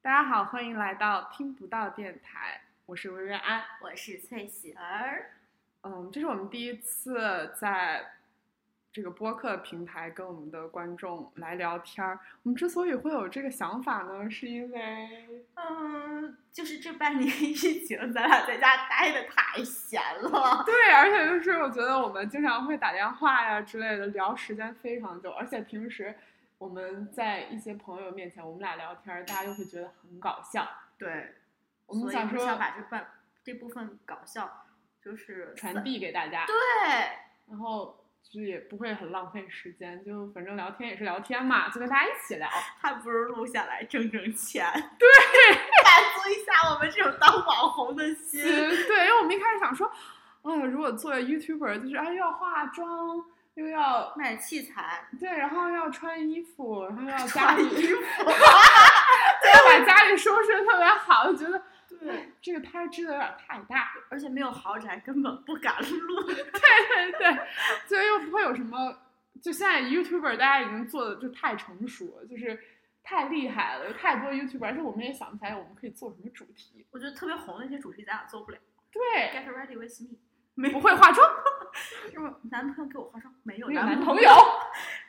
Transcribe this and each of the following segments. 大家好，欢迎来到听不到电台，我是薇薇安。我是翠喜儿，嗯，这是我们第一次在这个播客平台跟我们的观众来聊天儿。我们之所以会有这个想法呢，是因为嗯，就是这半年疫情，咱俩在家待的太闲 了，对，而且就是我觉得我们经常会打电话呀之类的，聊时间非常久，而且平时我们在一些朋友面前，我们俩聊天儿，大家又会觉得很搞笑。对，我们所以想我说想把这半这部分搞笑，就是哎传递给大家，对，然后就是也不会很浪费时间，就反正聊天也是聊天嘛，就跟大家一 起聊。还不如录下来挣挣 钱，对，满足一下我们这种当网红的嗯，心，对，因为我们一开始想说，哎呀，如果作为 YouTuber，就是哎又要化妆，又要买器材，对，然后要穿衣服，然后要家穿里，衣服， 对，把家里收拾的特别好，就觉得对，这个开支的有点太大。而且没有豪宅，根本不敢录， 对 对，所以又不会有什么，就现在 YouTuber 大家已经做的就太成熟了，就是太厉害了，有太多 YouTuber，而且我们也想不起来我们可以做什么主题。我觉得特别红的一些主题咱俩做不了对， ，Get ready with me，没不会化妆，什么男朋友给我化妆，没有没有男男朋朋友友，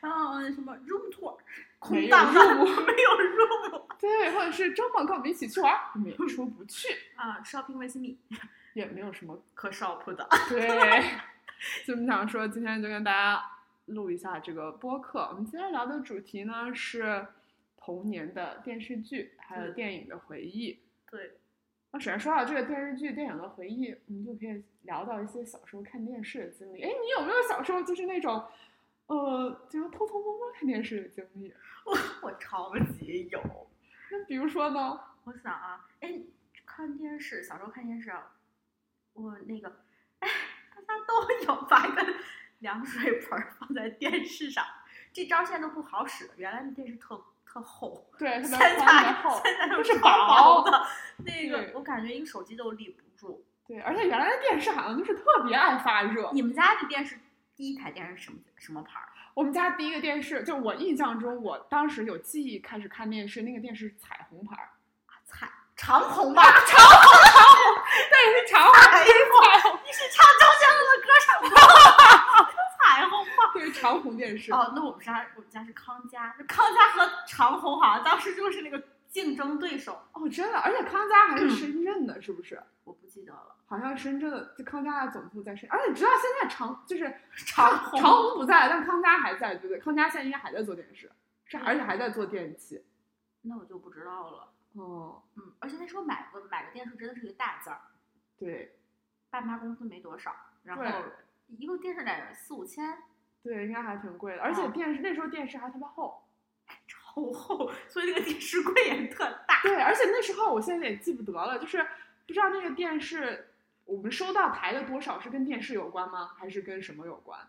然后嗯什么 room tour，没空有荡荡 room 没有 room 对，或者是周末跟我们一起去玩儿，我们也出不去， 啊，shopping with me 也没有什么可 shop 的，对，就我们想说，今天就跟大家录一下这个播客。我们今天聊的主题呢是童年的电视剧，还有嗯电影的回忆。对，那首先说到这个电视剧、电影的回忆，我们就可以聊到一些小时候看电视的经历。哎，你有没有小时候就是那种，呃，就是偷偷摸摸看电视的经历？我我超级有，那比如说呢？我想啊，哎，看电视，小时候看电视啊，我那个，哎，大家都有把一个凉水盆儿放在电视上，这招现在都不好使了，原来的电视特特厚。 对，特现别在宽然后，现在就都是超薄 薄的，那个对我感觉一个手机都立不住。对，而且原来的电视好像就是特别爱发热。你们家的电视第一台电视什么什么牌儿？我们家第一个电视，就我印象中，我当时有记忆开始看电视，那个电视是彩虹牌儿，彩长虹吧？ 对，是长虹 牌儿，你是唱张学友的歌唱的彩虹吧？对，长虹电 视。哦，那我们家我们家是康佳，那康佳和长虹好像当时就是那个竞争对手，哦，真的，而且康佳还是 深圳的，是不是？我不记得了。好像深圳的，就康佳的总部在深，而且你知道现在长就是长虹长虹不在了，但康佳还在，对不对？康佳现在应该还在做电视，是而且还在做嗯电器。那我就不知道了。哦，嗯，而且那时候买个买个电视真的是个大字儿，对爸妈工资没多少，然后对一个电视得四五千，对，应该还挺贵的，而且哦电视那时候电视还特别厚。超厚，所以那个电视柜也特大。对，而且那时候我现在也记不得了，就是不知道那个电视我们收到台的多少是跟电视有关吗？还是跟什么有关？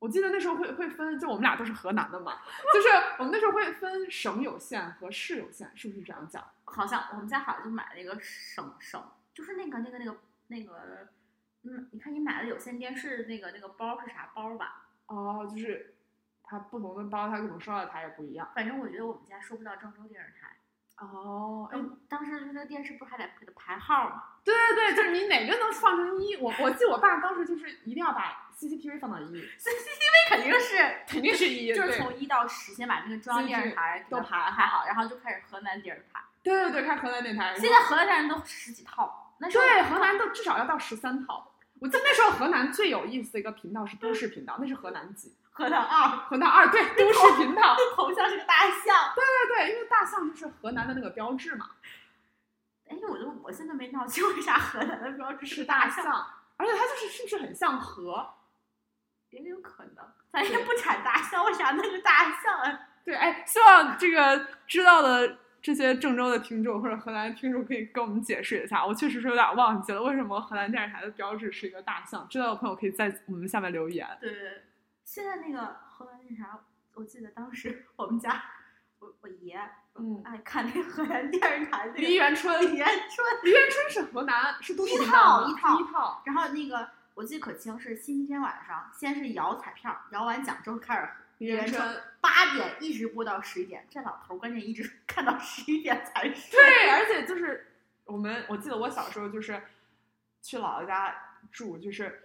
我记得那时候会会分，就我们俩都是河南的嘛，就是我们那时候会分省有线和市有线，是不是这样讲？好像我们家好像就买了一个省省，就是那个那个那个那个，嗯，你看你买的有线电视那个那个包是啥包吧？哦，就是它不同的包，它可能收到的台也不一样。反正我觉得我们家收不到郑州电视嗯台，哦哎，嗯，当时那个电视不是还得给它排号 吗？对对对，就是你哪个能放成一？我我记得我爸当时就是一定要把 CCTV 放到一，那肯定是。肯定是一，就是对从一到十，先把那个中央电视台给它都排排好，然后就开始河南电视台。对对对，看河南电台。然后现在河南电视台都十几套，那时候对，河南都至少要到十三套。我记得那时候河南最有意思的一个频道是都市频道，那是河南几？河南二河南二对，都市频道。头像是个大象。对对，因为大象就是河南的那个标志嘛，哎，我就我现在没闹清为啥河南的标志是个大大象，而且它就是是不是很像河？也有可能，咱也对不产大象，为啥那个大象啊？对，哎，希望这个知道的这些郑州的听众或者河南的听众可以跟我们解释一下，我确实是有点忘记了为什么河南电视台的标志是一个大象。知道的朋友可以在我们下面留言。对对对，现在那个河南那啥，我记得当时 我们家，我我爷嗯，爱看那河南电视 台那梨个园春，李元春， 梨园春是河南是都市一频道套吗一套一套。然后那个我记得可清是星期天晚上，先是摇彩票，摇完奖之后开始李元春春，八点一直播到十一点，这老头儿关键一直看到十一点才睡。对，而且就是我们，我记得我小时候就是去姥姥家住，就是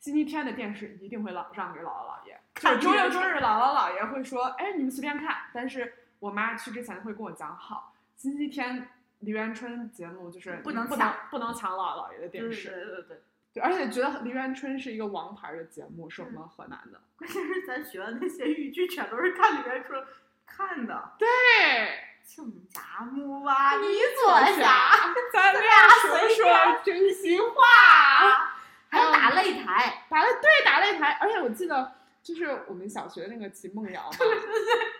星期天的电视一定会老让给姥姥姥爷，就是看周六电视周日姥姥姥爷会说，哎，你们随便看，但是我妈去之前会跟我讲好，星期天。黎元春节目就是不你能不能抢不能抢姥姥姥爷的电 对视，对对对， 对，而且觉得黎元春是一个王牌的节目，是我嗯们河南的。关键是咱学的那些豫剧全都是看李元春看的。对，请家母啊，你我左下，，咱俩啊说说真心话。嗯还有打擂台，打了对打擂台，而且我记得就是我们小学那个秦梦瑶 嘛，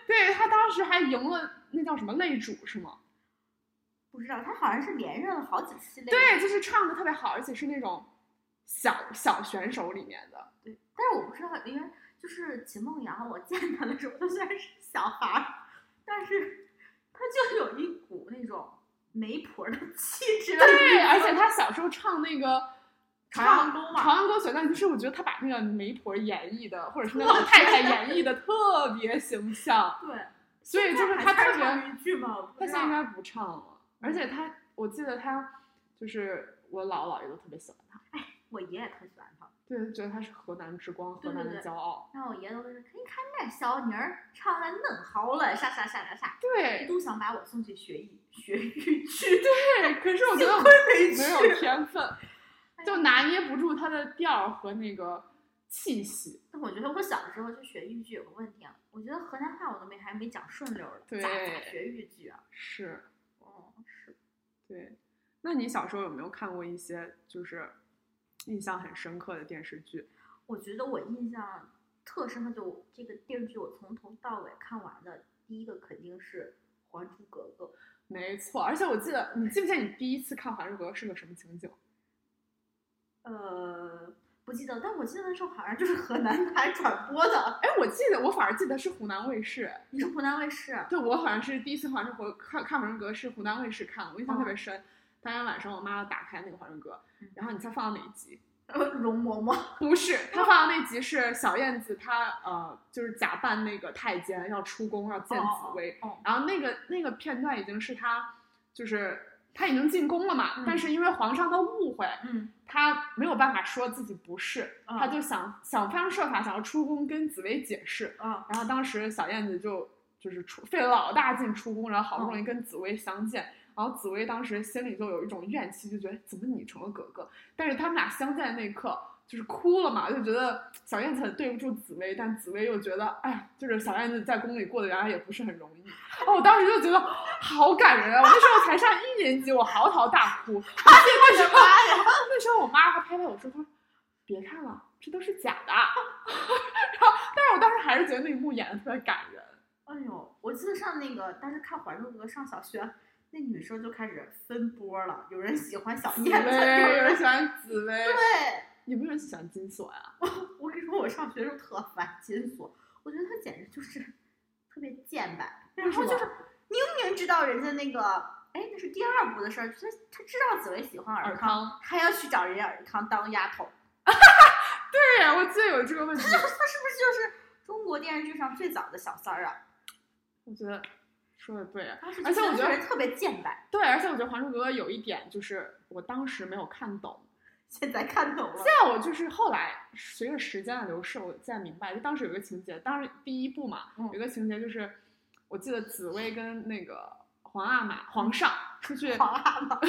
对她当时还赢了那叫什么擂主是吗？不知道他好像是连任了好几期擂。对，，就是唱的特别好，而且是那种小小选手里面的。对，但是我不知道，因为就是秦梦阳，我见他的时候，他虽然是小孩儿，但是他就有一股那种媒婆的气质。对，而且她小时候唱那个。朝阳沟嘛朝阳沟小调，就是我觉得她把那个媒婆演绎的，或者是那老太太演绎的特别形象。对，所以就是他现在还特唱别，豫剧吗？我不他知现道在应该不唱了，而且他，我记得他就是我姥姥姥爷都特别喜欢他，我爷爷特喜欢他，对，就觉得他是河南之光，河对对南的对骄傲。然后我爷爷都是，你看那小妮儿唱的嫩好了，啥啥啥啥啥，对 都想把我送去学艺学豫剧，对，可是我觉得幸亏没去没有天分，就拿捏不住他的调儿和那个气息。但 我觉得我小时候就学豫剧有个问题啊，我觉得河南话我都没还没讲顺溜儿对呢，咋咋学豫剧啊？是，哦，是。对。那你小时候有没有看过一些就是印象很深刻的电视剧？我觉得我印象特深刻，就这个电视剧我从头到尾看完的，第一个肯定是《还珠格格》。没错，而且我记得，你记不记得你第一次看《还珠格格》是个什么情景？呃，不记得，但我记得那时候好像就是河南台转播的。哎，我记得，我反而记得是湖南卫视。你是湖南卫视？啊对，我好像是第一次《还珠格格》看看《还珠格格》是湖南卫视看的，我印象特别哦深。当天晚上，我妈打开那个《还珠格格》，嗯然后你猜放到哪一集？呃，容嬷嬷。不是，她放到那集是小燕子，她呃就是假扮那个太监要出宫要见紫薇，哦，然后那个那个片段已经是她就是她已经进宫了嘛，嗯但是因为皇上他误会，嗯，她没有办法说自己不是，嗯她就想想方设法想要出宫跟紫薇解释， 啊，然后当时小燕子就就是出费了老大劲出宫，然后好不容易跟紫薇相见，然后紫薇当时心里就有一种怨气，就觉得怎么你成了格格？但是他们俩相见那一刻就是哭了嘛，就觉得小燕子很对不住紫薇，但紫薇又觉得哎呀，就是小燕子在宫里过得原来也不是很容易。哦，我当时就觉得好感人啊！我那时候才上一年级，我嚎啕大哭。我记得那时候，那时候我妈还拍拍我说：“她说别看了，这都是假的。”然后，但是我当时还是觉得那一幕演的特别感人。哎呦，我记得上那个，当时看《还珠格格》上小学，那女生就开始分波了，有人喜欢小紫燕子，薇，有有人人喜欢紫薇， 对。有没有人喜欢金锁呀、我跟你说，我上学的时候特烦金锁，我觉得他简直就是特别贱吧。然后为什么就是明明知道人家那个，哎，那是第二部的事儿，他他知道紫薇喜欢尔尔康，康？还要去找人家尔康当丫头，对呀，我记得有这个问题。他是不是就是中国电视剧上最早的小三儿啊？我觉得说的对啊，当时而且就我觉这个得人特别贱吧，对，而且我觉得《还珠格格》有一点就是我当时没有看懂，现在看懂了现。在我就是后来随着时间的流逝，我才明白，就当时有一个情节，当时第一部嘛，嗯有一个情节就是，我记得紫薇跟那个皇阿玛、嗯皇上出去好了，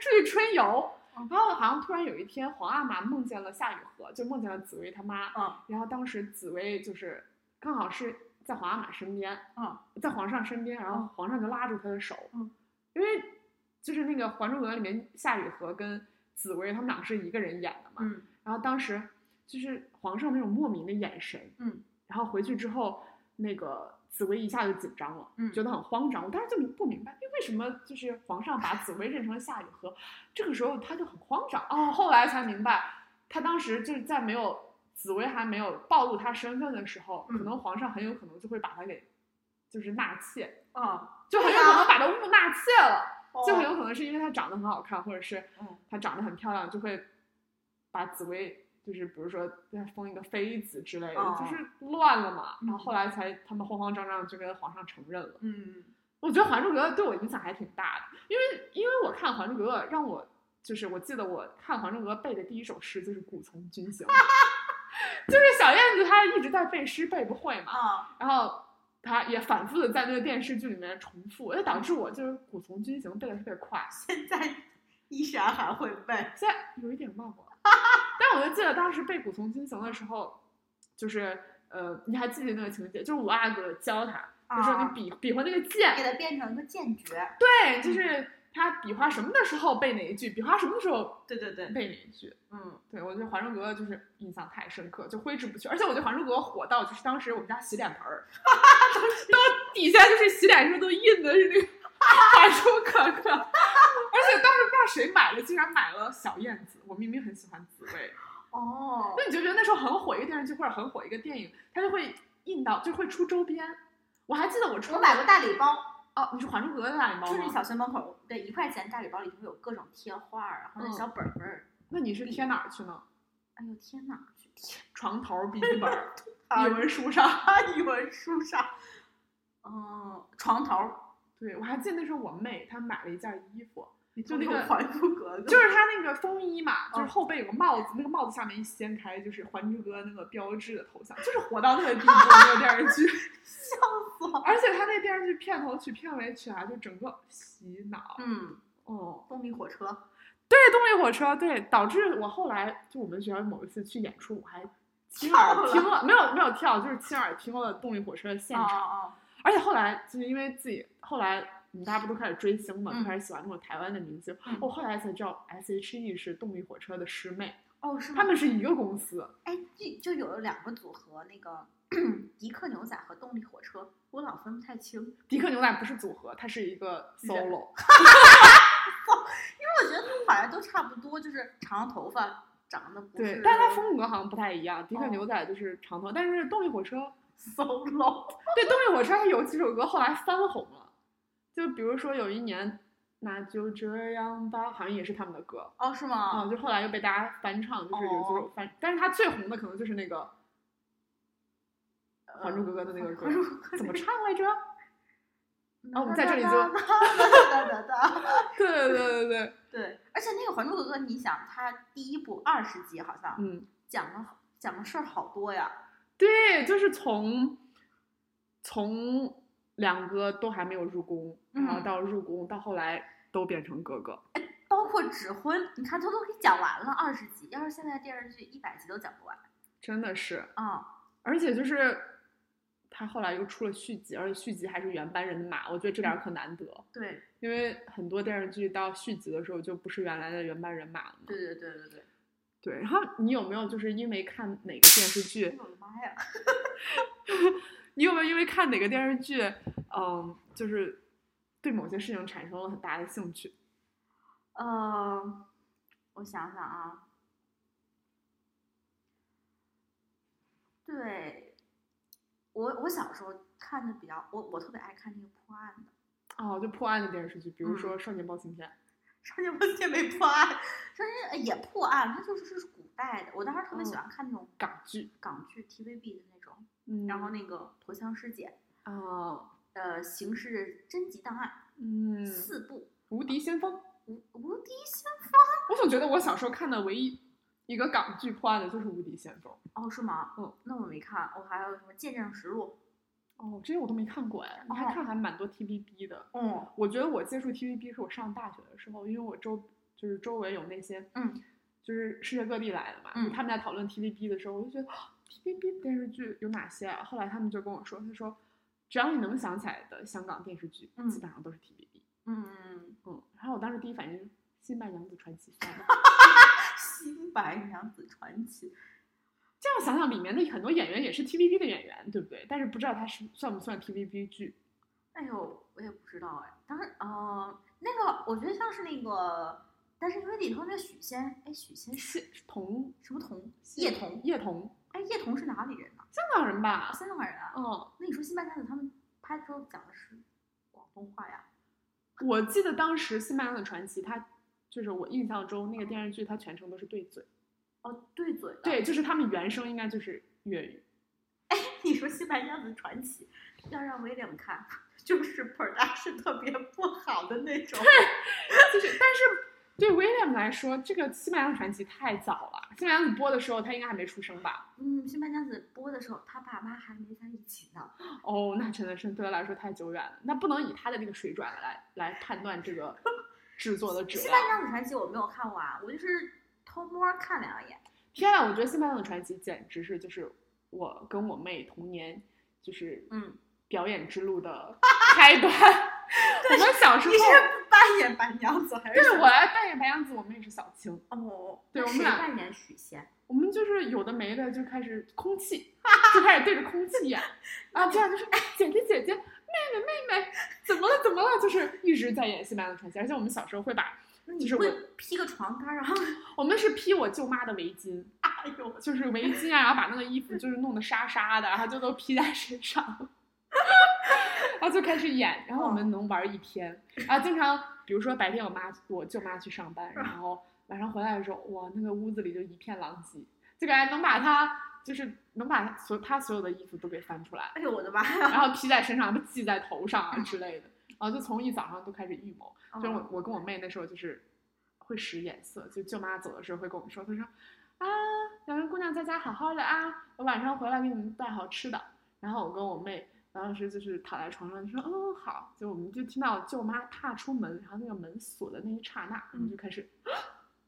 出去春游嗯，然后好像突然有一天，皇阿玛梦见了夏雨荷，就梦见了紫薇她妈，嗯然后当时紫薇就是刚好是在皇阿玛身边，呃嗯，在皇上身边，然后嗯皇上就拉住她的手，嗯，因为就是那个《还珠格格》里面夏雨荷跟紫薇他们俩是一个人演的嘛，嗯，然后当时就是皇上那种莫名的眼神，嗯，然后回去之后，那个紫薇一下就紧张了，嗯觉得很慌张。我当时就明不明白，哎为什么就是皇上把紫薇认成了夏雨荷，这个时候他就很慌张。哦，后来才明白，他当时就是在没有紫薇还没有暴露他身份的时候，嗯可能皇上很有可能就会把他给就是纳妾，啊，就很有对可啊能把他误纳妾了，就很哦有可能是因为她长得很好看，或者是嗯她长得很漂亮，就会把紫薇就就是比如说要封一个妃子之类的，哦就是乱了嘛。嗯然后后来才他们慌慌张张地就跟皇上承认了。嗯，我觉得《还珠格格》对我影响还挺大的，因为因为我看《还珠格格》，让我就是我记得我看《还珠格格》背的第一首诗就是《古从军行》， 就是小燕子她一直在背诗背不会嘛，啊，然后她也反复的在那个电视剧里面重复，就导致我就是《古从军行》背的特别快，现在依然还会背，现在有一点忘了，但我就记得当时背《古从军行》的时候，就是呃，你还记得那个情节，就是我阿哥教他，就说你啊，比比划那个剑给，它变成一个间诀，对，就是他比划什么的时候背哪一句，比划什么的时候对对对，背哪一句。嗯，对我对《还珠格格》就是印象太深刻，就挥之不去。而且我对《还珠格格》火到，就是当时我们家洗脸盆 儿，都底下就是洗脸时候都印的是 那个《还珠格格》，而且当时不知道谁买了，竟然买了小燕子。我明明很喜欢紫薇，哦，那你就觉得那时候很火一个电视剧或者很火一个电影，它就会印到，就会出周边。我还记得我出我买过大礼包，哦，你是《还珠格格》的大礼包就是吗？小学门口的一块钱大礼包里头有各种贴画儿，然后那嗯小本本儿，那你是贴哪儿去呢？哎呦天哪，去贴床头笔记本 儿啊语文书上。 语文书上，嗯，床头儿对，我还记得那时候我妹她买了一件衣服，就那那个个《还珠格 格》，就是她那个风衣嘛，就是嗯后背有个帽子，那个帽子下面一掀开就是《还珠格格》那个标志的头像，就是火到那个地步那个电 视剧，笑死我。而且她那电视剧片头曲、片尾曲啊，就整个洗脑。嗯，哦，动力火车，对，动力火车，对，导致我后来就我们学校某一次去演出，我还亲跳耳了听了，没有没有跳，就是亲耳听了动力火车的现哦场。哦而且后来就是因为自己后来我们大家不都开始追星嘛，嗯就开始喜欢那种台湾的明星。嗯我后来才知道 S.H.E 是动力火车的师妹，哦，哦，是他吗？们是一个公司。哎，就就有两个组合，那个 迪克牛仔和动力火车，我老分不太清，因迪克牛仔不是组合，它是一个 solo。为我觉得他们好像都差不多，就是长头发，长得不是对，但是它风格好像不太一样。迪克哦牛仔就是长头，但是动力火车， solo，对动力火车它有几首歌后来翻红了，就比如说有一年。那就这样吧，好像也是他们的歌哦，是吗？啊、就后来又被大家翻唱，就是有哦几首翻，但是他最红的可能就是那个《还珠格格》的那个歌，呃还珠 格格怎么唱来着？ 那啊我们在这里就哒哒哒哒哒对对对对对， 对， 而且那个《还珠格格》，你想，它第一部二十集好像嗯，讲了讲的事儿好多呀，对，就是从从两个都还没有入宫，然后嗯到入宫，到后来都变成哥哥。包括指婚，你看它都给讲完了二十集，要是现在电视剧一百集都讲不完真的是，啊、而且就是他后来又出了续集，而且续集还是原班人马，我觉得这嗯点儿可难得，对因为很多电视剧到续集的时候就不是原来的原班人马了嘛。对对对对对，对，然后你有没有就是因为看哪个电视剧哎，呦我的妈呀！你有没有因为看哪个电视剧，嗯，就是对某些事情产生了很大的兴趣？呃，我想想啊，对我我小时候看的比较，我我特别爱看那个破案的，哦，就破案的电视剧，比如嗯说《少年包青天》少年包青天没破案，少年呃也破案，它就是是古代的。我当时特别喜嗯欢看那种港剧，港剧 TVB 的那种，嗯然后那个《陀枪师姐啊、哦》呃，《刑事侦缉档案》嗯，四部，无敌先锋。无无敌先我总觉得我小时候看的唯一一个港剧破案的就是《无敌先锋》。锋哦是吗？嗯，那我没看，我还有什么《见证实录哦，这些我都没看过哎，你还哦看还蛮多 TVB 的。》。嗯我觉得我接触 TVB 是我上大学的时候，因为我周就是周围有那些嗯，就是世界各地来的嘛，嗯他们在讨论 TVB 的时候，我就觉得啊 TVB 电视剧有哪些啊？后来他们就跟我说，他说只要你能想起来的香港电视剧，嗯基本上都是 TVB。嗯，嗯，然后我当时第一反应就是《新白娘子传奇》算了。 《新白娘子传奇》这样想想，里面的很多演员也是 TVB 的演员，对不对？但是不知道他是算不算 TVB 剧。哎呦，我也不知道哎。当时，呃，那个我觉得像是那个，但是因为里头那个许仙，哎，许仙是谢童什么童？叶童。叶童，哎，叶童是哪里人呢、香港人吧？香港人啊。嗯，那你说《新白娘子》他们拍的时候讲的是广东话呀？我记得当时《新白娘子传奇》它就是我印象中那个电视剧，它全程都是对嘴。哦，对嘴的。对，就是他们原声应该就是粤语。 你说《西班牙的传奇》，要让威廉看，就是 production 特别不好的那种。 就是，但是对 William 来说，这个《西班牙传奇》太早了。《西班牙》播的时候，他应该还没出生吧？嗯，《新白娘子》播的时候，他爸妈还没在一起呢。哦，那真的是对他来说太久远了。那不能以他的这个水准来来判断这 个制作的质《新白量。娘子传奇》我没有看完，我就是偷摸儿看两眼。天啊，我觉得《西班牙的传奇》简直是就是我跟我妹童年就是嗯，表演之路的开 端。我们小时你候，是扮演白娘子还就是是什我么？来扮演白娘子，我妹是小青。哦，对我那们谁俩扮演许仙？我们就是有的没的就开始空 气，就开始对着空气演，啊，这样就是哎姐姐姐姐，妹妹妹妹，怎么了怎么了，就是一直在演《西班牙的传奇》，而且我们小时候会把那就你是会我披个床单儿，然后 我们是披我舅妈的围巾，哎呦我去，就是围巾啊，然后把那个衣服就是弄得沙沙的，然后就都披在身上， 然后就开始演，然后我们能玩一天，然后经常比如说白天我妈我舅妈去上班，然后晚上回来的时候，哇，那个屋子里就一片狼藉，就感觉能把她就是能把她所她所有的衣服都给翻出来，哎呦我的妈呀！然后披在身上，不系在头上啊之类的，然后就从一早上都开始预谋。就是哦我我跟我妹那时候就是会使眼色，就舅妈走的时候会跟我们说，她说啊，两位姑娘在家好好的啊，我晚上回来给你们带好吃的。然后我跟我妹，然后当时就是躺在床上就说嗯好，就我们就听到舅妈踏出门，然后那个门锁的那一刹那，我们就开始、啊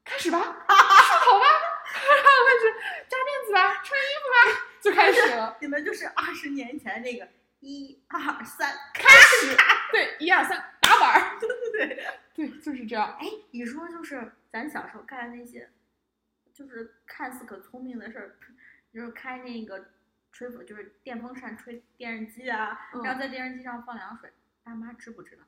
开始吧， 梳头吧，然后开始扎辫子吧，穿衣服吧，就开始了。你们就是二十年前那个一二三，对，一二三，打板儿。 对对对。对，就是这样。哎，你说就是咱小时候干的那些，就是看似可聪明的事儿，就是开那个吹风，就是电风扇吹电视机啊，然后嗯，在电视机上放凉水，爸妈知不知 道？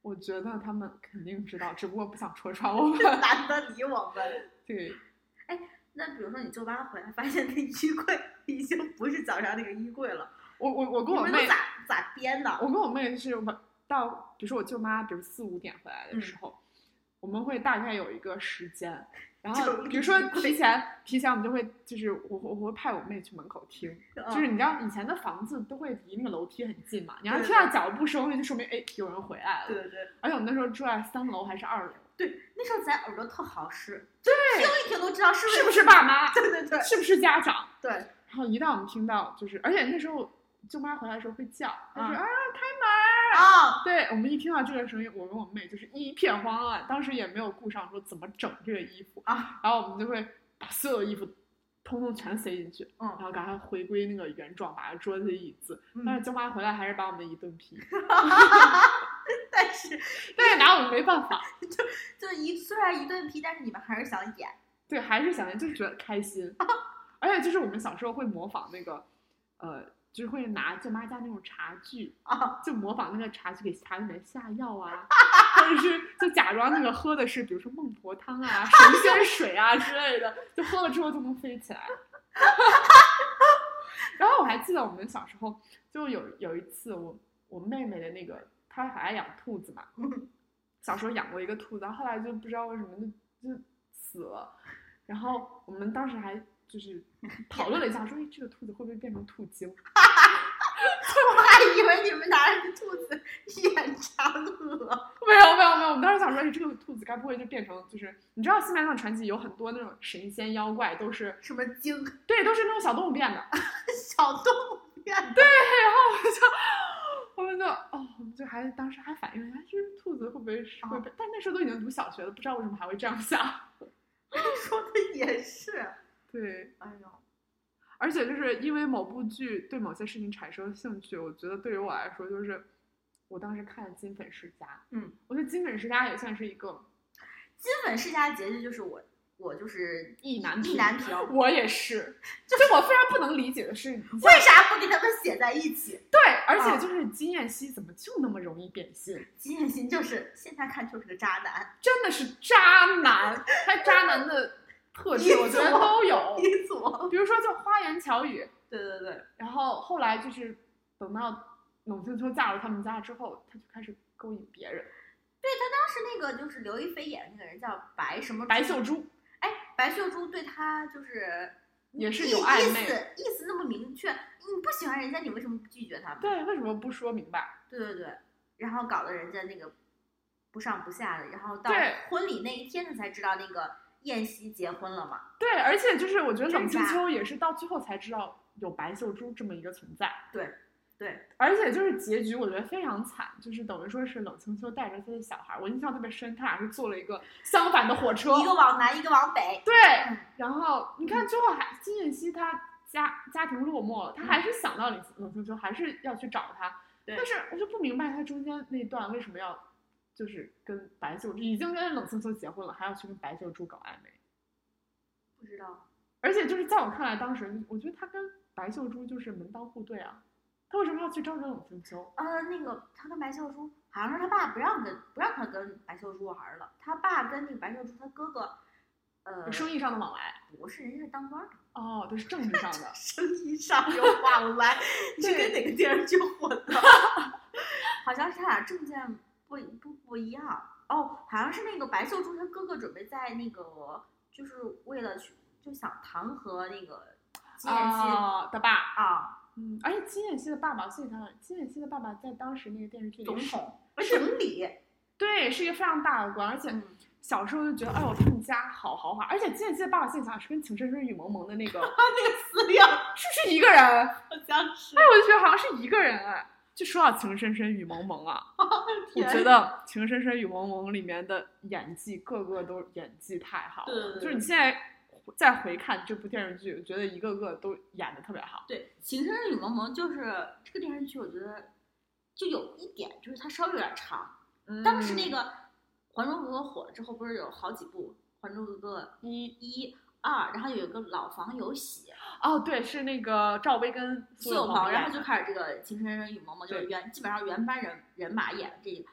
我觉得他们肯定知道，只不过不想戳穿我们。 懒得理我们。对，那比如说你舅妈回来，发现那衣柜已经不是早上那个衣柜了，我我我跟你我们都妹，咋咋编的？我跟我妹是晚到，比如说我舅妈，比如四五点回来的嗯时候，我们会大概有一个时间，然后就比如说一会提前提前，我们就会就是我我我会派我妹去门口听，就就是你知道以前的房子都会离那个楼梯很近嘛，你要是对听到脚步声，那就说明哎有人回来对了。对对而且我们那时候住在三楼还是二楼，对，那时候咱耳朵特好使，对，听一听都知道是不是不是爸妈？对对对是不是家长？对，然后一旦我们听到就是，而且那时候舅妈回来的时候会叫，她说嗯啊 啊、对我们一听到这个声音，我跟我妹就是一片慌乱，当时也没有顾上说怎么整这个衣服啊，然后我们就会把所有衣服通通全塞进去，嗯然后赶快回归那个原状，把桌子、椅子。但是嗯，舅妈回来还是把我们一顿批，但是但是拿我们没办法，就一虽然一顿批，但是你们还是想演。 对，还是想就是觉得开心， 而且就是我们小时候会模仿那个，呃，就是会拿舅妈家那种茶具，啊，就模仿那个茶具给茶里面下药啊， 或者是就假装那个喝的是比如说孟婆汤啊、神仙水啊之类的，就喝了之后就能飞起来。 然后我还记得我们小时候就有有一次我我妹妹的那个她很爱养兔子嘛嗯，小时候养过一个兔子，然后后来就不知道为什么就就死了。然后我们当时还就是讨论了一下，说哎这个兔子会不会变成兔精？ 我还以为你们拿着兔子演嫦娥。没有没有没有，我们当时想说，哎，这个兔子该不会就变成就是，你知道《西南上传奇》有很多那种神仙妖怪，都是什么精对，都是那种小动物变的。 小动物变的？我们就哦，我们就还当时还反应了，哎，这个兔子会不会是会被？但那时候都已经读小学了，不知道为什么还会这样想。 说的也是。对，哎呦，而且就是因为某部剧对某些事情产生了兴趣，我觉得对于我来说，就是我当时看了《金粉世家》，嗯，我觉得《金粉世家》也算是一个，金粉世家的结局就是我，我就是意难平意难平。我也是，就我非常不能理解的是，你为啥不给他们写在一起？对，而且啊就是金燕西怎么就那么容易变心？金燕心就是现在看就是个渣男，真的是渣男，他渣男的 特质我觉得都有，一组。比如说就花言巧语，对对对，然后后来就是等到冷静秋嫁入他们家之后，他就开始勾引别人，当时那个就是刘亦菲演的那个人叫白什么白秀珠，哎，白白秀珠对他就是也是意有暧意昧思意思那么明确，你不喜欢人家，你为什么不拒绝他们？对，为什么不说明白？对对对，然后搞得人家那个不上不下的，然后到对婚礼那一天他才知道那个宴席结婚了嘛。对，而且就是我觉得冷尴静尬秋也是到最后才知道有白秀珠这么一个存在。对，对，而且就是结局我觉得非常惨，就是等于说是冷清秋带着他的小孩儿，我印象特别深，他俩是坐了一个相反的火车一，个嗯往南，一个往北。对，嗯然后你看最后还金燕西他家家庭落寞了，他还是想到冷冷清秋，还是要去找他，嗯对但是我就不明白他中间那段为什么要就是跟白秀珠已经跟冷清秋结婚了，还要去跟白秀珠搞暧昧。不知道，而且就是在我看来，当时我觉得他跟白秀珠就是门当户对啊，他为什么要去招惹冷清秋？呃，那个他跟白秀珠，好像是他爸不让跟不让他跟白秀珠玩儿了，他爸跟那个白秀珠他哥哥，呃，生意上的往来不是人家是当官儿的，。哦，都是政治上的 生意上有往 来，你是对跟哪个电视剧混的？ 好像是他俩证件不不不一样哦，好像是那个白秀珠她哥哥准备在那个就是为了去就想弹劾那个金燕西啊、的爸，啊嗯，而且金燕西的爸爸，所以他金燕西的爸爸在当时那个电视剧里总是，统总理，对，是一个非常大的官，而且嗯小时候就觉得，哎呦，他们家好豪华，而且金燕西的爸爸现在想是跟《情深深雨蒙蒙》的 那个那个资料是不是一个人？哎，好像是。我就觉得好像是一个人哎。就说到《情深深雨蒙蒙》啊，我觉天得《情深深雨蒙蒙》里面的演技，个个都演技太好了。对对对就是你现在再回看这部电视剧，觉得一个个都演的特别好。对，《情深深雨蒙蒙》就是这个电视剧，我觉得就有一点，就是它稍微有点长。当时个那个《还珠格格》火了之后，不是有好几部《还珠格格》一一、二，然后有一个老房有喜，哦，对，是那个赵薇跟苏有有朋，然后演就的开始这个《情深深雨蒙蒙》，就是对原基本上原班人人马演这个。《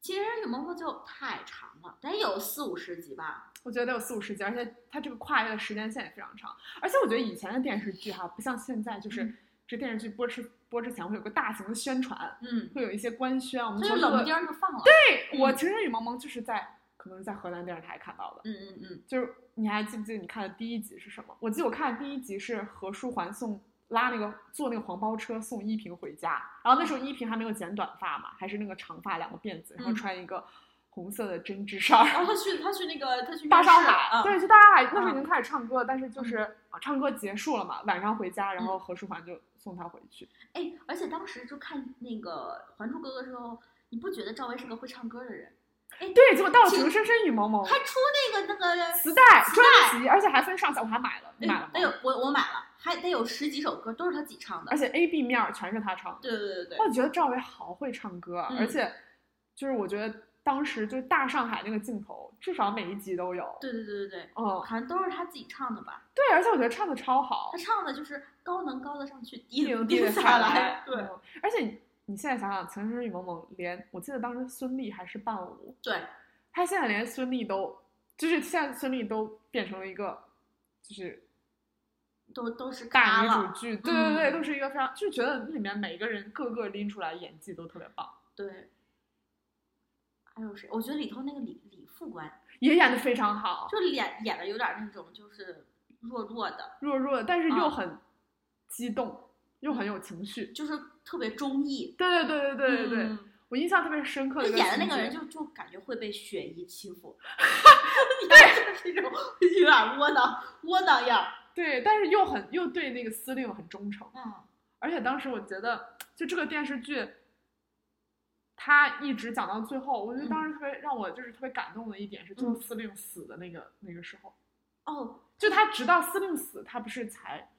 情深深雨蒙蒙》就太长了，得有四五十集吧。我觉得得有四五十集，而且它这个跨越的时间线也非常长。而且我觉得以前的电视剧哈，不像现在，就是嗯这电视剧播之播之前会有个大型的宣传，嗯，会有一些官宣。我们它就从嗯冷各不丁儿就放了。对，我嗯《情深深雨蒙蒙》就是在可能是在河南电视台看到的。嗯嗯嗯，就是你还记不记得你看的第一集是什么？我记得我看的第一集是何书桓送拉那个坐那个黄包车送依萍回家，然后那时候依萍还没有剪短发嘛，还是那个长发两个辫子，然后嗯穿一个红色的针织衫儿。 然后他去他去那个他去大面上试 海，嗯对，去大上海，那时候已经开始唱歌了，但是就是啊唱歌结束了嘛，晚上回家，然嗯后何书桓就送她回去。哎，而且当时就看那个《还珠格格》的时候，你不觉得赵薇是个会唱歌的人？哎，对，结果到了《其实情深深雨蒙蒙》还出那个那个，磁带专辑，而且还分上下，我还买了，你买了哎呦吗？，我我买了，还得有十几首歌都是他自己唱的而。且 A B 面儿全是他唱的。对对对对对，我觉得赵薇好会唱歌啊，嗯而且就是我觉得当时就是大上海那个镜头，至少每一集都有。对对对对对，嗯，好像都是他自己唱的吧？对，而且我觉得唱的超好他，唱的就是高能高得上去，低顶能低低的得下来来。。对嗯而且你你现在想想，《情深深雨蒙蒙》连我记得当时孙俪还是伴舞，对，她现在连孙俪都，就是现在孙俪都变成了一个，就是都都是大嘎女了。主剧，对对对，嗯都是一个非常，就觉得里面每个人个个拎出来演技都特别棒，对，还有谁？我觉得里头那个李李副官，也演的非常好，就脸演的有点那种就是弱弱的。弱弱的，但是又啊很激动，又嗯很有情绪。就是特别中意。对对对对对对，嗯我印象特别深刻的就一个演的那情个人节就就感觉会被雪姨欺 负， 对，就是这种有点窝囊窝囊样儿。对，但是又很又对那个司令很忠诚，嗯，而且当时我觉得就这个电视剧。他一直讲到最后，我觉得当时特别让我就是特别感动的一点是，就是嗯司令死的那个、那个时候，哦，就他直到司令死，他不是才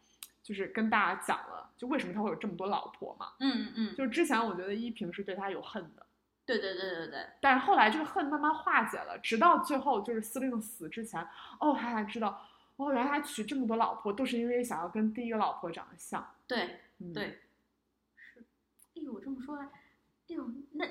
就是跟大家讲了，就为什么他会有这么多老婆嘛？嗯嗯嗯，就之前我觉得依萍是对他有恨的，对对对对对，但是后来这个恨慢慢化解了，直到最后就是司令死之前，哦，他才知道，哦，原来他娶这么多老婆都是因为想要跟第一个老婆长得像。对嗯、对，是。哎呦，我这么说来，哎呦，那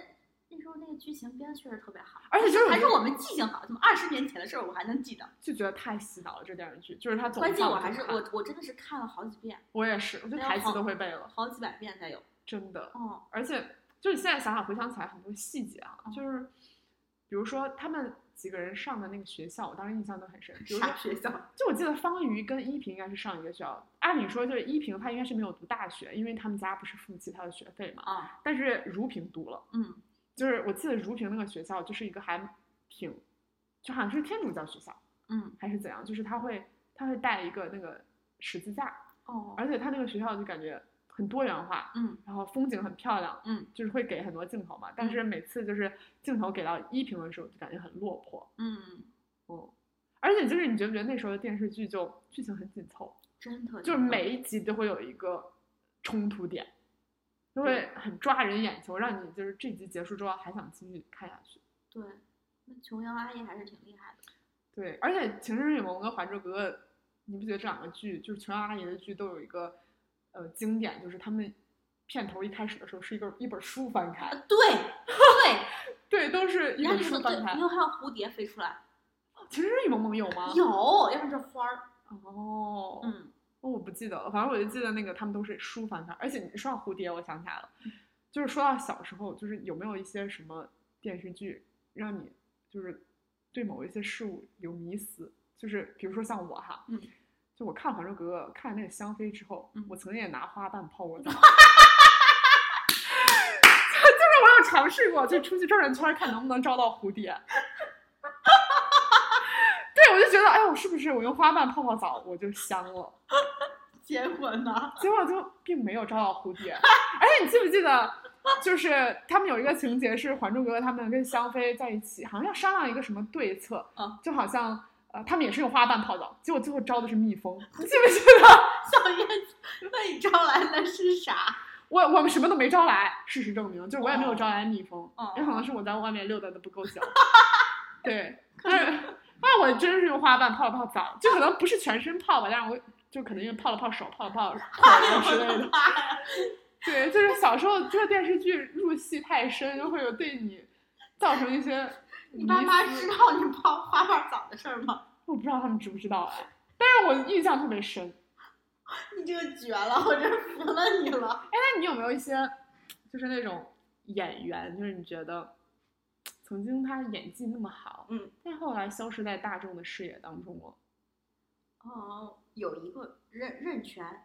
那时候那个剧情编的确实特别好，而且就是还是我们记性好，怎么二十年前的事儿我还能记得？就觉得太洗脑了，这电视剧就是他总关键放我着还是看我我真的是看了好几遍，我也是，我觉得哎呀台词好都会背了，好几百遍才有。真的。哦，而且就是现在想想回想起来很多细节啊，嗯就是比如说他们几个人上的那个学校，我当时印象都很深。比如说啥学校？就我记得方瑜跟依萍应该是上一个学校，按理说就是依萍她应该是没有读大学，因为他们家不是付不起她的学费嘛。啊，但是如萍读了，嗯，就是我记得如萍那个学校就是一个还挺，就好像是天主教学校嗯，还是怎样，就是他会他会带一个那个十字架，哦，而且他那个学校就感觉很多元化，嗯然后风景很漂亮，嗯就是会给很多镜头嘛。但是每次就是镜头给到依萍的时候，就感觉很落魄，嗯，嗯。而且就是你觉不觉得那时候的电视剧就剧情很紧凑，真的就是每一集都会有一个冲突点，就会很抓人眼球，让你就是这集结束之后还想继续看下去。对，那琼瑶阿姨还是挺厉害的。对，而且《情深深雨蒙》跟《还珠格格》，你不觉得这两个剧就是琼瑶阿姨的剧都有一个呃经典，就是他们片头一开始的时候是一个呃一本书翻开，啊，对 对，对，都是一然本后书说对翻，开因。为还有蝴蝶飞出来， 《情深深雨蒙蒙》有吗？有，要不然就是花儿。哦，啊嗯，哦，我不记得了，反正我就记得那个他们都是书翻开，而且你说到蝴蝶，我想起来了，嗯就是说到小时候，就是有没有一些什么电视剧让你就是对某一些事物有迷思，就是比如说像我哈，嗯，就我看《还珠格格》看那个香妃之后，嗯我曾经也拿花瓣泡 过澡。就是我有尝试过，就出去转转圈儿，看能不能招到蝴蝶。 对，我就觉得，哎，我是不是我用花瓣泡泡澡，我就香了？结果呢？结果就并没有招到蝴蝶。而且你记不记得，就是他们有一个情节是《还珠格格》，他们跟香妃在一起，好像要商量一个什么对策，嗯就好像呃，他们也是用花瓣泡澡，结果最后招的是蜜蜂，你记不记得？ 小燕子，那你招来的是啥？我我们什么都没招来，事实证明，就我也没有招来蜜蜂，哦也可能是我在外面溜达的不够 久。对，但是那我真是用花瓣泡了泡澡，就可能不是全身泡吧，但是我就可能因为泡了泡手，泡了 泡腿之类的。对，就是小时候这个电视剧入戏太深，就会有对你造成一 些你迷爸妈思知道你泡花瓣澡的事儿吗？我不知道他们知不知道哎，但是我印象特别深。你这个绝了，我真服了你了。哎，那你有没有一些就是那种演员，就是你觉得曾经他演技那么好，嗯，但后来消失在大众的视野当中了？哦，有一个任任泉，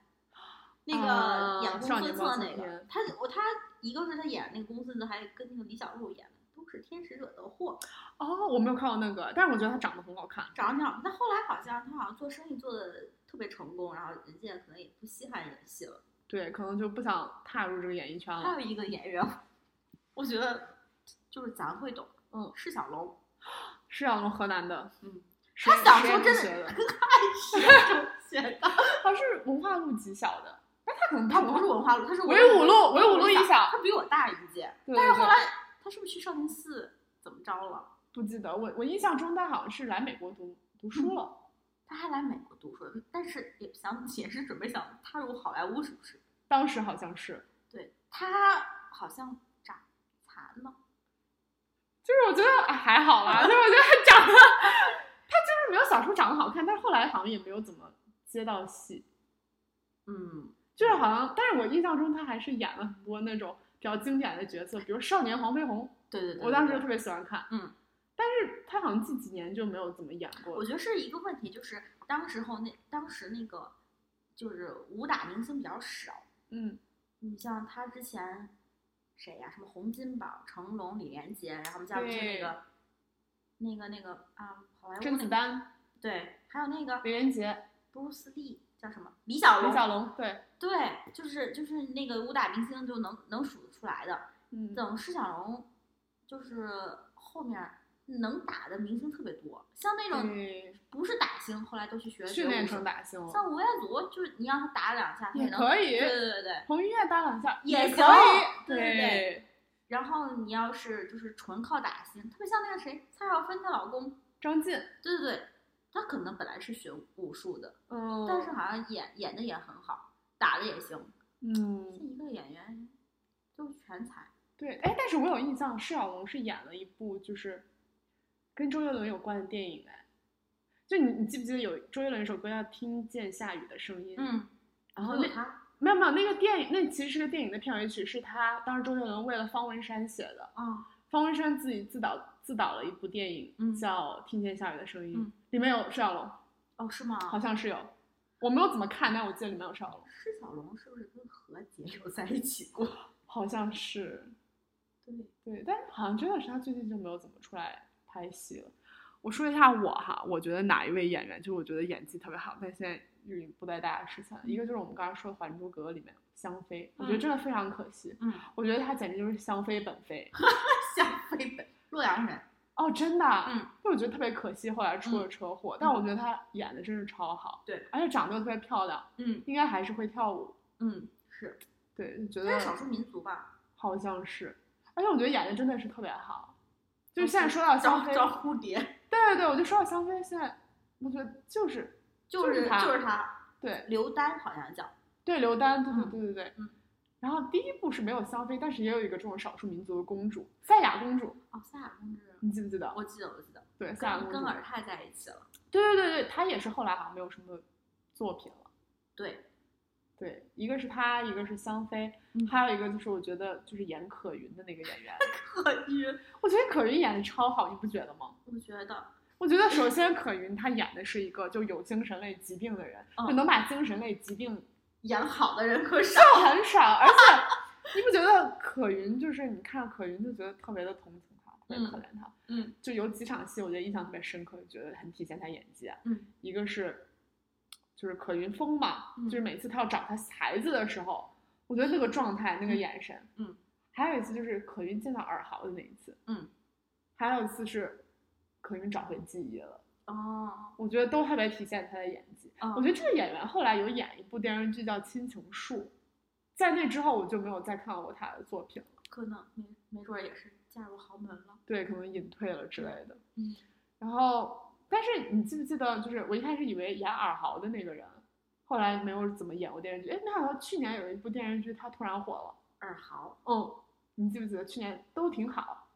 那啊个演公少孙年策包青那个天，他我他一个是他演那个公孙策，还跟那个李小璐演的，都是天使惹的祸，哦，我没有看过那个，但是我觉得他长得很好看。长得挺好看。但后来好像他好像做生意做的特别成功，然后人家可能也不稀罕演戏了。对，可能就不想踏入这个演艺圈还了。有一个演员，我觉得就是咱会懂，嗯，释小龙，释小龙，河南的，嗯，谁他小谁时也候不真学的的 跟爱学学的，他是文化路极小的，但嗯他可能他不是文化路，他是唯舞路唯舞路一小他比我大一届，对但对是对后来他是不是去少林寺怎么着了？不记得我我印象中他好像是来美国读读嗯书了，他还来美国读书，但是也想也是准备想踏入好莱坞，是不是？当时好像是，对他好像长残了，就是我觉得、哎还好啦，就是我觉得他长得，他就是没有小时候长得好看，但是后来好像也没有怎么接到戏，嗯，就是好像，但是我印象中他还是演了很多那种比较经典的角色，比如《少年黄飞鸿对对对》，我当时对就特别喜欢看，嗯，但是他好像近几年就没有怎么演过我了，觉得是一个问题，就是当时候那当时那个就是武打明星比较少，嗯，你像他之前谁呀、什么洪金宝、成龙、李连杰，然后我们加不是那对个那个那个啊，好莱坞甄那子个丹、对，还有那个李连杰、 Bruce Lee 叫什么李小龙，李小龙，对，对，就是就是那个武打明星就能能数得出来的。嗯，等释小龙就是后面能打的明星特别多，像那种对，不是打星，后来都去学训练学武成术打星了。像吴彦祖，就是你让他打两下，哦他也能。可以对对对对。彭于晏搭两下也可行以，对对对然后你要是就是纯靠打星，特别像那个谁，蔡少芬她老公，张晋，对对对，他可能本来是学武术的，嗯，但是好像演演的也很好，打的也行。这嗯，一个演员就是全才。对，哎，但是我有印象，释小龙是演了一部就是跟周杰伦有关的电影，哎，就你你记不记得有周杰伦有一首歌叫《听见下雨的声音》？，嗯，然后有那他没有没有那个电影，那其实是个电影的片尾曲，是他当时周杰伦为了方文山写的，啊，方文山自己自导自导了一部电影，嗯叫《听见下雨的声音》，嗯里面有释小龙，哦，是吗？好像是有，我没有怎么看，但我记得里面有释小龙，释小龙是不是跟何洁有在一起过？ 好像是，对， 对，但是好像真的是他最近就没有怎么出来拍戏了。我说一下我哈，我觉得哪一位演员，就是我觉得演技特别好，但现在运营不在大家视线。一个就是我们刚才说的《还珠格格》里面香妃，我觉得嗯真的非常可惜。嗯，我觉得她简直就是香妃本 妃香妃本洛阳人，哦，真的。嗯，就我觉得特别可惜，后来出了车祸，但我觉得她演的真是超好，对，而且长得又特别漂亮，嗯应该还是会跳舞。嗯，是，对，就觉他得是少数民族吧？好像是，而且我觉得演的真的是特别好。就是嗯现在说到招香妃，招蝴 蝶，对对对，我就说到香妃，现在我觉得就是就是他，就是他，对刘丹好像叫，对刘丹，对对嗯对对对。嗯然后第一部是没有香妃，但是也有一个这种少数民族的公主，赛亚公主，哦，赛亚公主，你记不记得？我记得我记得，对，赛亚跟公跟主，尔泰在一起了，对对对对，她也是后来好像没有什么作品了。对，对，一个是她，一个是香妃，嗯还有一个就是我觉得就是演可云的那个演员， 可晕，我觉得可云演的超好，你不觉得吗？我觉得，我觉得首先可云她演的是一个就有精神类疾病的人，就嗯能把精神类疾病演好的人可少， 就很少，而 且你不觉得可云就是你看可云就觉得特别的同情她，特别可怜她，嗯就有几场戏我觉得印象特别深刻，就觉得很体现她演技啊。嗯一个是就是可云疯嘛，嗯就是每次她要找她孩子的时候，我觉得那个状态、那个嗯眼神，嗯，还有一次就是可云见到尔豪的那一次，嗯，还有一次是可云找回记忆了。哦，我觉得都特别体现他的演技。嗯我觉得这个演员后来有演一部电视剧叫《亲情树》，在那之后我就没有再看过他的作品了。可能没没准儿也是嫁入豪门了，对，可能隐退了之类的。嗯，然后，但是你记不记得，就是我一开始以为演尔豪的那个人，后来没有怎么演过电视剧。哎，没想到去年有一部电视剧他突然火了。尔豪，嗯，你记不记得去年都挺好，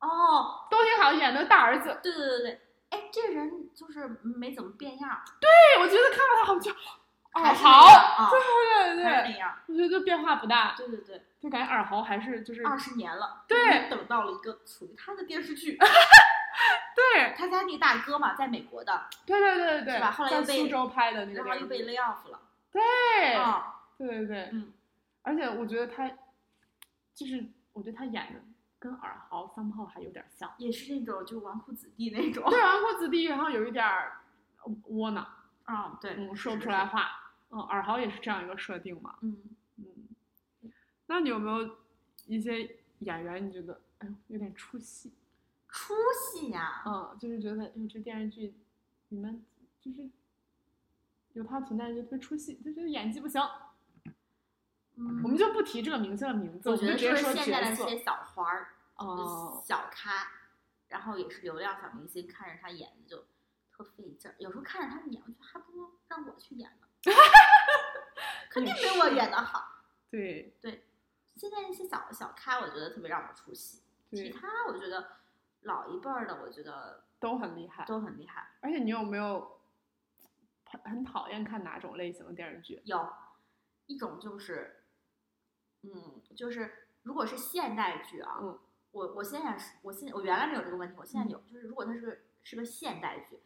哦，都挺好演的大儿子。对对对对，哎，这人就是没怎么变样儿，对，我觉得看到他我就尔还是那样豪，啊哦对对还是对，那样儿，我觉得就变化不大。对对对。就感觉尔豪还是就是二十年了，对终于等到了一个属于他的电 视剧。对他家那大哥嘛，在美国的，对对对对是吧后来在又被苏州拍的那个然后电影，又被 lay off 了。对、啊，对对对，嗯，而且我觉得他就是我觉得他演的跟尔豪、桑炮还有点 像，也是那种就是纨绔子弟那种。 对，纨绔子弟，然后有一点儿窝囊，啊，对，嗯，说是不出来。话，嗯，尔豪也是这样一个设定嘛，是嗯，嗯，那你有没有一些演员你觉得哎呦有点出戏，出戏呀、嗯，就是觉得哎呦这电视剧你们就是有他存在就特别出戏，就觉得演技不行。嗯，我们就不提这个明星的名字，我们觉就得直接是说现在的角一色。些小花儿、哦，小咖，然后也是流量小明星，看着他演的就特费劲儿。有时候看着他们演，我觉得还不如让我去演呢， 肯定没我演的好。对现在那些小小咖，我觉得特别让我出戏。对，其他我觉得老一辈儿的，我觉得都很厉害。都很厉害。而且你有没有很很讨厌看哪种类型的电视剧？有一种就是，嗯，就是如果是现代剧啊，嗯我我现在是我现在我原来没有这个问题，我现在有，就是如果它是个是个现代剧，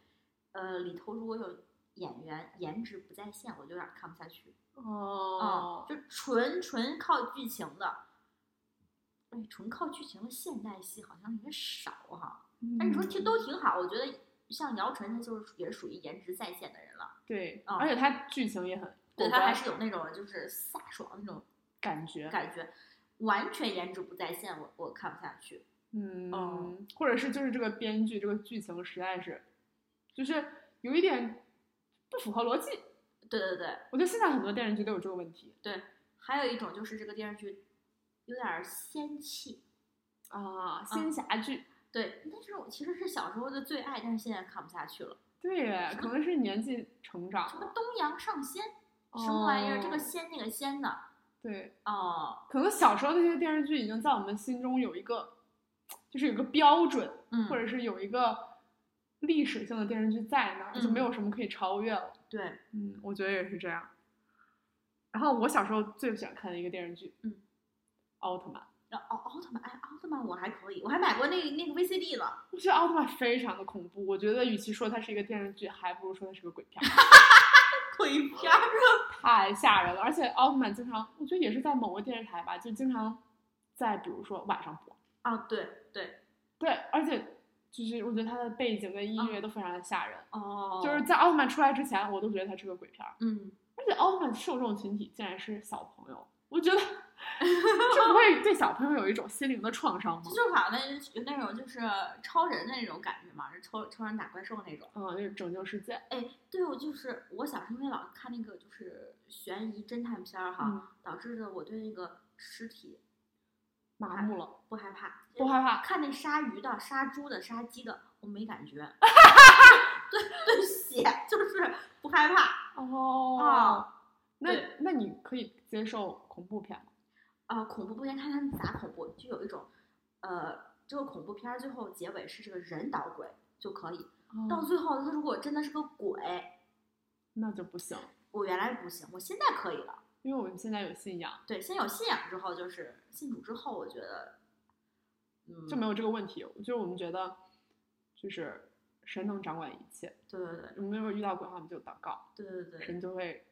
呃，里头如果有演员颜值不在线，我就有点看不下去。嗯嗯哦，就纯纯靠剧情的。哎，纯靠剧情的现代戏好像有点少哈、嗯但哎你说其实都挺好，我觉得像姚晨，她就是属也是属于颜值在线的人了，对，嗯而且它剧情也很对过她还关是有那种就是飒爽的那种感觉，感觉，完全颜值不在线，我我看不下去。哦嗯，或者是就是这个编剧这个剧情实在是，就是有一点不符合逻辑。对对对我觉得现在很多电视剧都有这个问题对，还有一种就是这个电视剧有点儿仙气，啊，仙侠剧。对，但是我其实是小时候的最爱，但是现在看不下去了。对耶，可能是年纪成长什么了，东阳上仙，什么玩意儿，这哦个仙那个仙的，对，哦，可能小时候那些电视剧已经在我们心中有一个，就是有一个标准，嗯，或者是有一个历史性的电视剧在那儿，嗯就没有什么可以超越了。对，嗯，我觉得也是这样。然后我小时候最不喜欢看的一个电视剧，嗯，奥特曼，然后奥奥特曼，哎，奥特曼我还可以，我还买过那那个 VCD 了。我觉得奥特曼非常的恐怖，我觉得与其说它是一个电视剧，还不如说它是个鬼片儿，鬼哦片儿，太吓人了。而且奥特曼经常，我觉得也是在某个电视台吧，就经常在比如说晚上播。啊，对对，对，而且就是我觉得它的背景跟音乐都非常的吓人。哦，就是在奥特曼出来之前，我都觉得它是个鬼片儿，嗯，而且奥特曼受众群体竟然是小朋友，我 觉得这不会对小朋友有一种心灵的创伤吗这？就好像有那种就是超人的那种感觉嘛，是超超人打怪兽那种。嗯，就是拯救世界。哎，对，我就是我小时候因为老是看那个就是悬疑侦探片儿哈，嗯导致的我对那个尸体麻木了，不害怕，哎不害怕。看那鲨鱼的、杀猪的、杀鸡的，我没感觉。 对对，血就是不害怕哦啊那对那你可以接受恐怖片吗？啊、恐怖片看他们咋恐怖，就有一种呃，这个恐怖片儿最后结尾是这个人捣鬼就可以，到嗯最后他如果真的是个鬼，那就不行，我原来不行，我现在可以了。因为我们现在有信仰，对，先有信仰之后，就是信主之后，我觉得，嗯，就没有这个问题。就是我们觉得，就是神能掌管一切。对对对我们如果遇到鬼的话，我们就祷告，对对对对神就会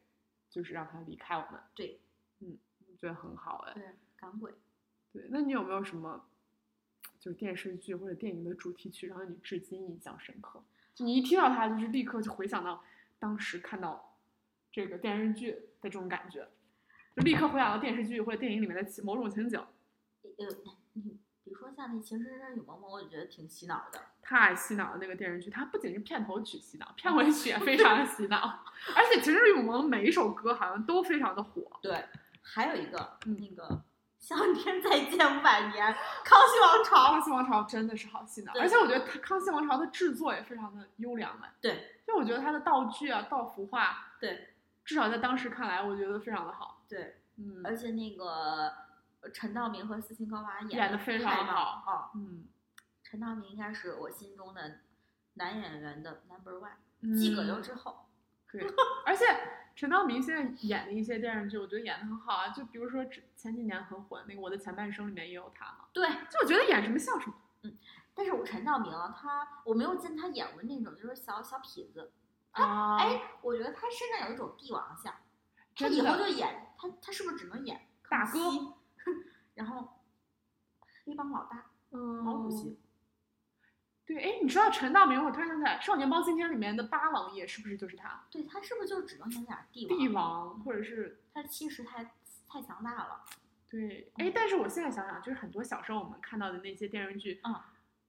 就是让他离开我们。对，嗯，我觉得很好哎。对，赶鬼。对，那你有没有什么就是电视剧或者电影的主题曲，然后你至今印象深刻？就你一听到它，就是立刻就回想到当时看到这个电视剧的这种感觉，就立刻回想到电视剧或者电影里面的其某种情景，呃，你比如说像那《情深深雨蒙蒙》，我就觉得挺洗脑的。太洗脑了。那个电视剧，它不仅是片头曲洗脑，片尾曲也非常的洗脑， 而且《其实雨蒙蒙》每一首歌好像都非常的火。对，还有一个、嗯那个“向天再见五百年”，康熙王朝。康熙王朝真的是好洗脑，对而且我觉得它康熙王朝的制作也非常的优良哎。对就我觉得它的道具啊、道服化，对，至少在当时看来，我觉得非常的好。对，嗯而且那个呃陈道明和斯琴高娃演演得得非太常棒好了哦，嗯，陈道明应该是我心中的男演员的 number one，、嗯继葛优之后。对，而且陈道明现在演的一些电视剧，我觉得演的很好啊。就比如说之前几年很火那个《我的前半生》里面也有他嘛，对，就我觉得演什么像什么。但是我陈道明啊他，我没有见他演过那种就是小小痞子，啊，哎，我觉得他身上有一种帝王相，他真以后的就演他，他是不是只能演大康哥熙？ 然后哦黑帮老大嗯，毛主席，对，哎，你说到陈道明，我突然想起来，《少年包青天》里面的八王爷是不是就是他？对他是不是就只能演点帝王？帝王，或者是他气势太太强大了。对，嗯哎，但是我现在想想，就是很多小时候我们看到的那些电视剧，嗯，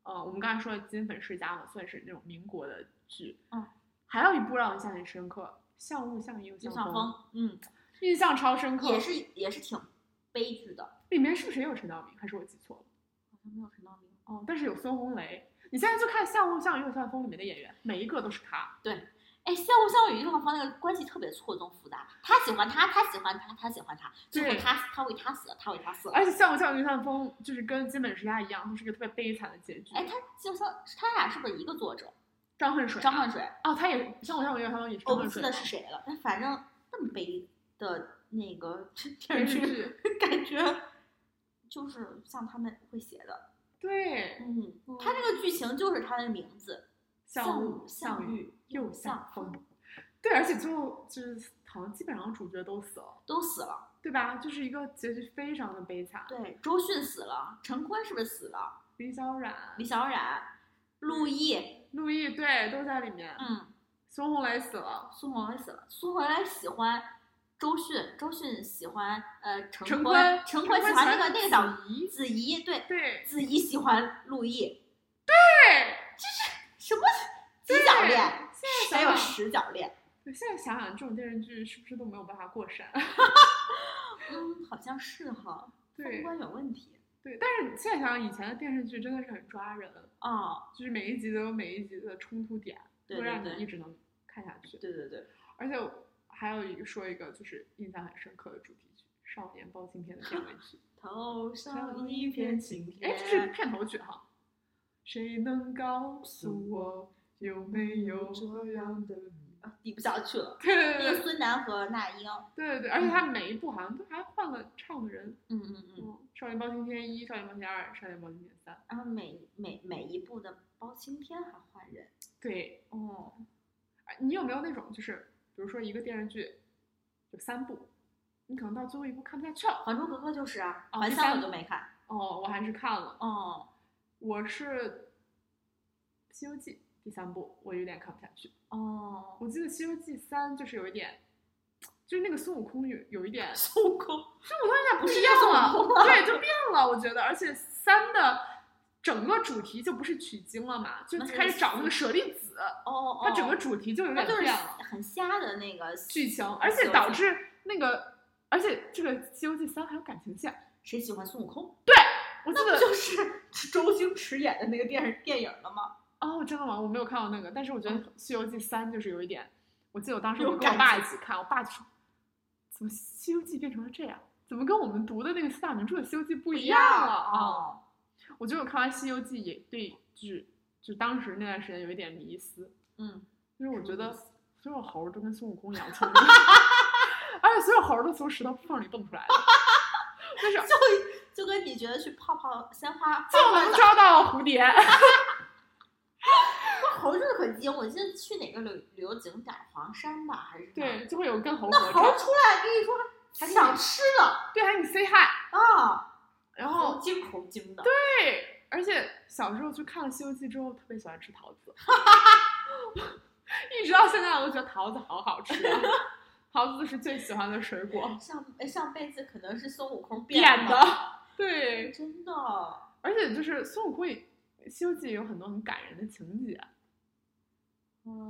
呃，我们刚才说的《金粉世家》嘛，算是那种民国的剧，嗯，还有一部让我印象很深刻，《像雾像影又刘像晓峰，嗯，印象超深刻。也是也是挺悲剧的，里面是不是也有陈道明？还是我记错了？好像没有陈道明。哦，但是有孙红雷。你现在就看《像雾像影又像风》里面的演员，每一个都是他。对，哎，像雾像雨这方那个关系特别错综复杂，他喜欢他，他喜欢他，他喜欢他，最后对他他为他死了，他为他死了。而且《像雾像影又像风》就是跟《金本世家》一样，都是一个特别悲惨的结局。哎，他就像他俩是不是一个作者？张恨水啊，张恨水，哦，他也《像雾像影又像风》也是我张恨不记水得嘛。是谁了，但反正那么悲的那 个电电视视剧，剧，感觉就是像他们会写的。对，嗯，他这个剧情就是他的名字，像雾像雨雨又像像风。对，而且最后就是好像基本上主角都死了，都死了。对吧？就是一个结局非常的悲惨。对，周迅死了，陈坤是不是死了？李小冉李、小冉、陆毅，陆毅对都在里面。嗯，孙红雷死了，苏红雷死了。苏红雷喜欢周迅，周迅喜欢呃陈陈坤，坤陈陈坤坤喜喜欢欢那个那个小子怡子怡，对，对子怡喜欢陆毅。对什么几角恋？哎现在还想想，有十角恋？对现在想想这种电视剧是不是都没有办法过审？嗯，好像是哈，对有问题对，但是现在想想以前的电视剧真的是很抓人，哦，就是每一集都有每一集的冲突点，对会对让你对一直能看下去。对对对，而且还有一个说一个就是印象很深刻的主题曲《少年包青天》的片尾曲，头像上一一片片晴晴天。哎，天。这是片头曲哈。嗯谁能告诉我有没有这样的你？呃比不下去了。 对对那对个孙楠和那英，对对对，而且他每一部好像都还换了唱的人，嗯嗯嗯，嗯，少年包青天一、少年包青天二、少年包青天三，然后每每每一部的包青天还换人。对，哦，哎你有没有那种就是，比如说一个电视剧有三部，你可能到最后一部看不下去《了，还珠格格》就是啊，哦还第三三我就没看。哦，我还是看了，哦我是《西游记》第三部，我有点看不下去，哦，我记得《西游记》三就是有一点，就是那个孙悟空有有一点。孙悟空那不不是一亚样瑟了，王对，就变了。我觉得，而且三的整个主题就不是取经了嘛，就那是开始找那个舍利子，哦哦，它整个主题就有它点就是变了很瞎的那个剧情，而且导致那个，而且这个《西游记三》还有感情线，谁喜欢孙悟空？我记那不得就是 周星驰演的那个电视电影了吗？哦，真的吗？我没有看过那个，但是我觉得《西游记三》就是有一点，我记得我当时嗯有我跟我感爸一情起看，我爸就说，怎么《西游记》变成了这样？怎么跟我们读的那个四大名著的《西游记》不一样了啊？哦，我觉得我看完《西游记》也对，就是就当时那段时间有一点迷思，嗯，就是我觉什么得意思所有猴儿都跟孙悟空一样聪明， 而且所有猴儿都从石头缝里蹦出 来的，就是就跟你觉得去泡泡鲜花，就泡泡能抓到蝴蝶。 猴就是很精。我记得去哪个旅旅游景点儿，黄山吧还是哪儿？对，就会有跟猴那合猴唱，出来跟你说还是想吃了对，还给你 say hi，啊，然猴后精猴精的，对，而且小时候去看了《西游记》之后，特别喜欢吃桃子， 一直到现在我都觉得桃子好好吃啊、桃子是最喜欢的水果，上上辈子可能是孙悟空扁的，的，对。真 的。而且就是孙悟空也，《西游记》也有很多很感人的情节，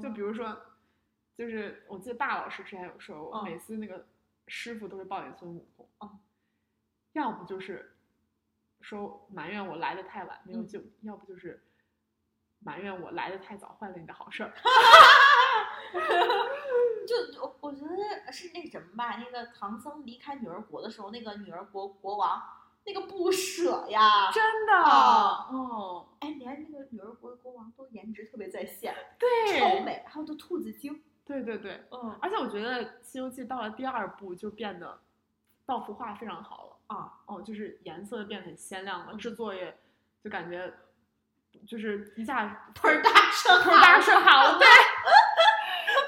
就比如如说，就是我记得大老师之前有说过，嗯每次那个师傅都是抱怨孙悟空，嗯要不就是说埋怨我来的太晚没有嗯救你，要不就是埋怨我来的太早坏了你的好事儿。就我我觉得是那什么吧，那个唐僧离开女儿国的时候，那个女儿国国王那个不舍呀， 真的哦哦，哎，连那个女儿国的国王都颜值特别在线，超对，美，还有那兔子精，对对对，嗯而且我觉得《西游记》到了第二部就变得道服画非常好了。啊，哦，就是颜色变得很鲜亮了，嗯制作也就感觉就是一下腿儿大 声，头大说好了，对，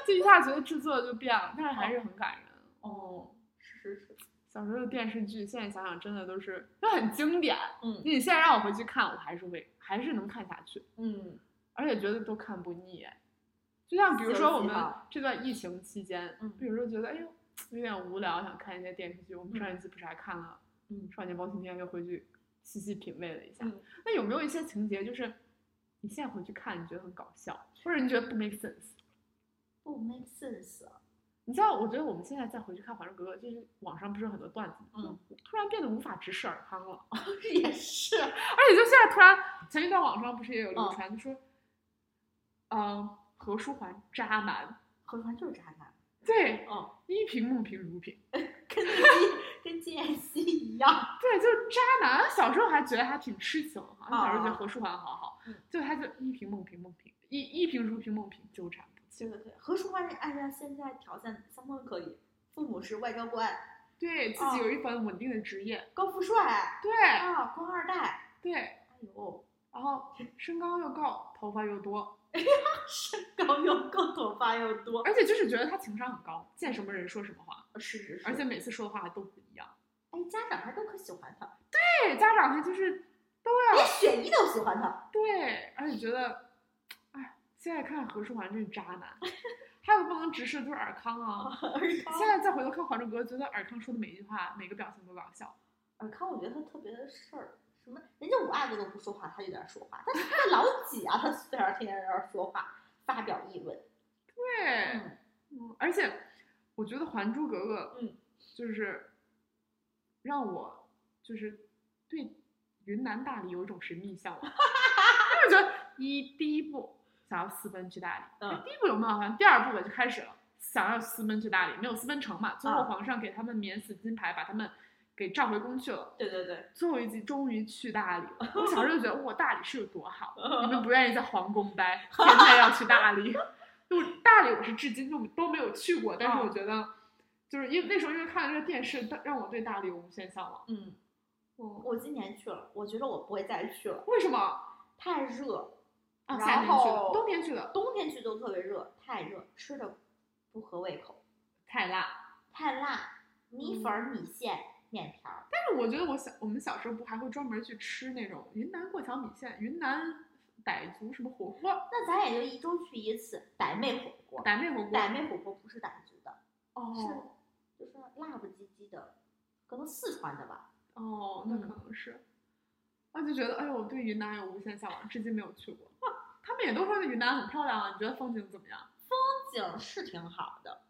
就一下觉得制作就变了，但是还是很感人。哦，是是是，小时候的电视剧，现在想想真的都是都很经典。嗯你现在让我回去看，我还是会还是能看下去，嗯而且觉得都看不腻。哎就像比如休说息我们吧这段疫情期间，嗯比如说觉得哎呦有点无聊，想看一些电视剧。我们上一次不是还看了嗯《少年包青天》，又回去细细品味了一下。嗯，那有没有一些情节，就是你现在回去看，你觉得很搞笑，或者你觉得不 make sense？不 make sense，啊你知道，我觉得我们现在再回去看《还珠格格》，就是网上不是有很多段子吗，嗯就突然变得无法直视尔康了， 也是，而且就现在突然，前一段网上不是也有流传，就说，嗯，何书桓渣男，何川就是渣男，对，嗯，依萍、孟萍、如萍，跟金跟金妍希一样，对，就是渣男。小时候还觉得他挺痴情哈，啊小时候觉得何书桓好好嗯，就他就依萍、孟萍、孟萍，依依萍、如萍、孟萍纠缠不清。对对对，何书桓按照现在条件相当可以，父母是外交官，对自己有一份稳定的职业，高富帅对啊，官二代，对，哎呦，然后身高又高，头发又多，身高又高，头发又多，而且就是觉得他情商很高，见什么人说什么话，是是是，而且每次说的话都不一样。哎，家长还都可喜欢他，对，家长他就是连雪姨都喜欢他，对，而且觉得，哎，现在看何书桓真是渣男，还有不能直视的就是尔康啊。 尔康现在再回头看《还珠格格》，觉得尔康说的每一句话、每个表情都搞笑。尔康，我觉得他特别的事儿，什么人家五阿哥都不说话，他就在那儿说话，但是他老几啊，他在那儿天天在那儿说话，发表议论，对，嗯，嗯，而且我觉得《还珠格格》，嗯，就是让我就是对云南大理有一种神秘向往， 因为我觉得一第一步想要私奔去大理，哎嗯第一步有没有好像第二步我就开始了，想要私奔去大理，没有私奔成嘛，最后啊皇上给他们免死金牌，把他们给召回宫去了。对对对，最后一集终于去大理 了，我小时候就觉得哇，大理是有多好，你们不愿意在皇宫待，偏偏要去大理。 就大理我是至今就都没有去过，但是嗯我觉得就是因为那时候因为看了这个电视，但让我对大理有无限向往。嗯，嗯，我今年去了，我觉得我不会再去了，为什么？太热，啊，然夏天去的，后冬天去的，冬天去就特别热，太热，吃的不合胃口，太辣。嗯太辣，米粉儿、米线、面条儿，但是我觉得我小我们小时候不还会专门去吃那种云南过桥米线、云南傣族什么火锅、那咱也就一周去一次傣妹火锅，傣妹火锅。傣妹火锅不是傣族的，哦是就是辣不唧唧的，可能四川的吧。哦，那嗯可能是。我就觉得，哎呦，我对云南有无限向往，至今没有去过。 他们也都说云南很漂亮啊，你觉得风景怎么样？景是挺好的，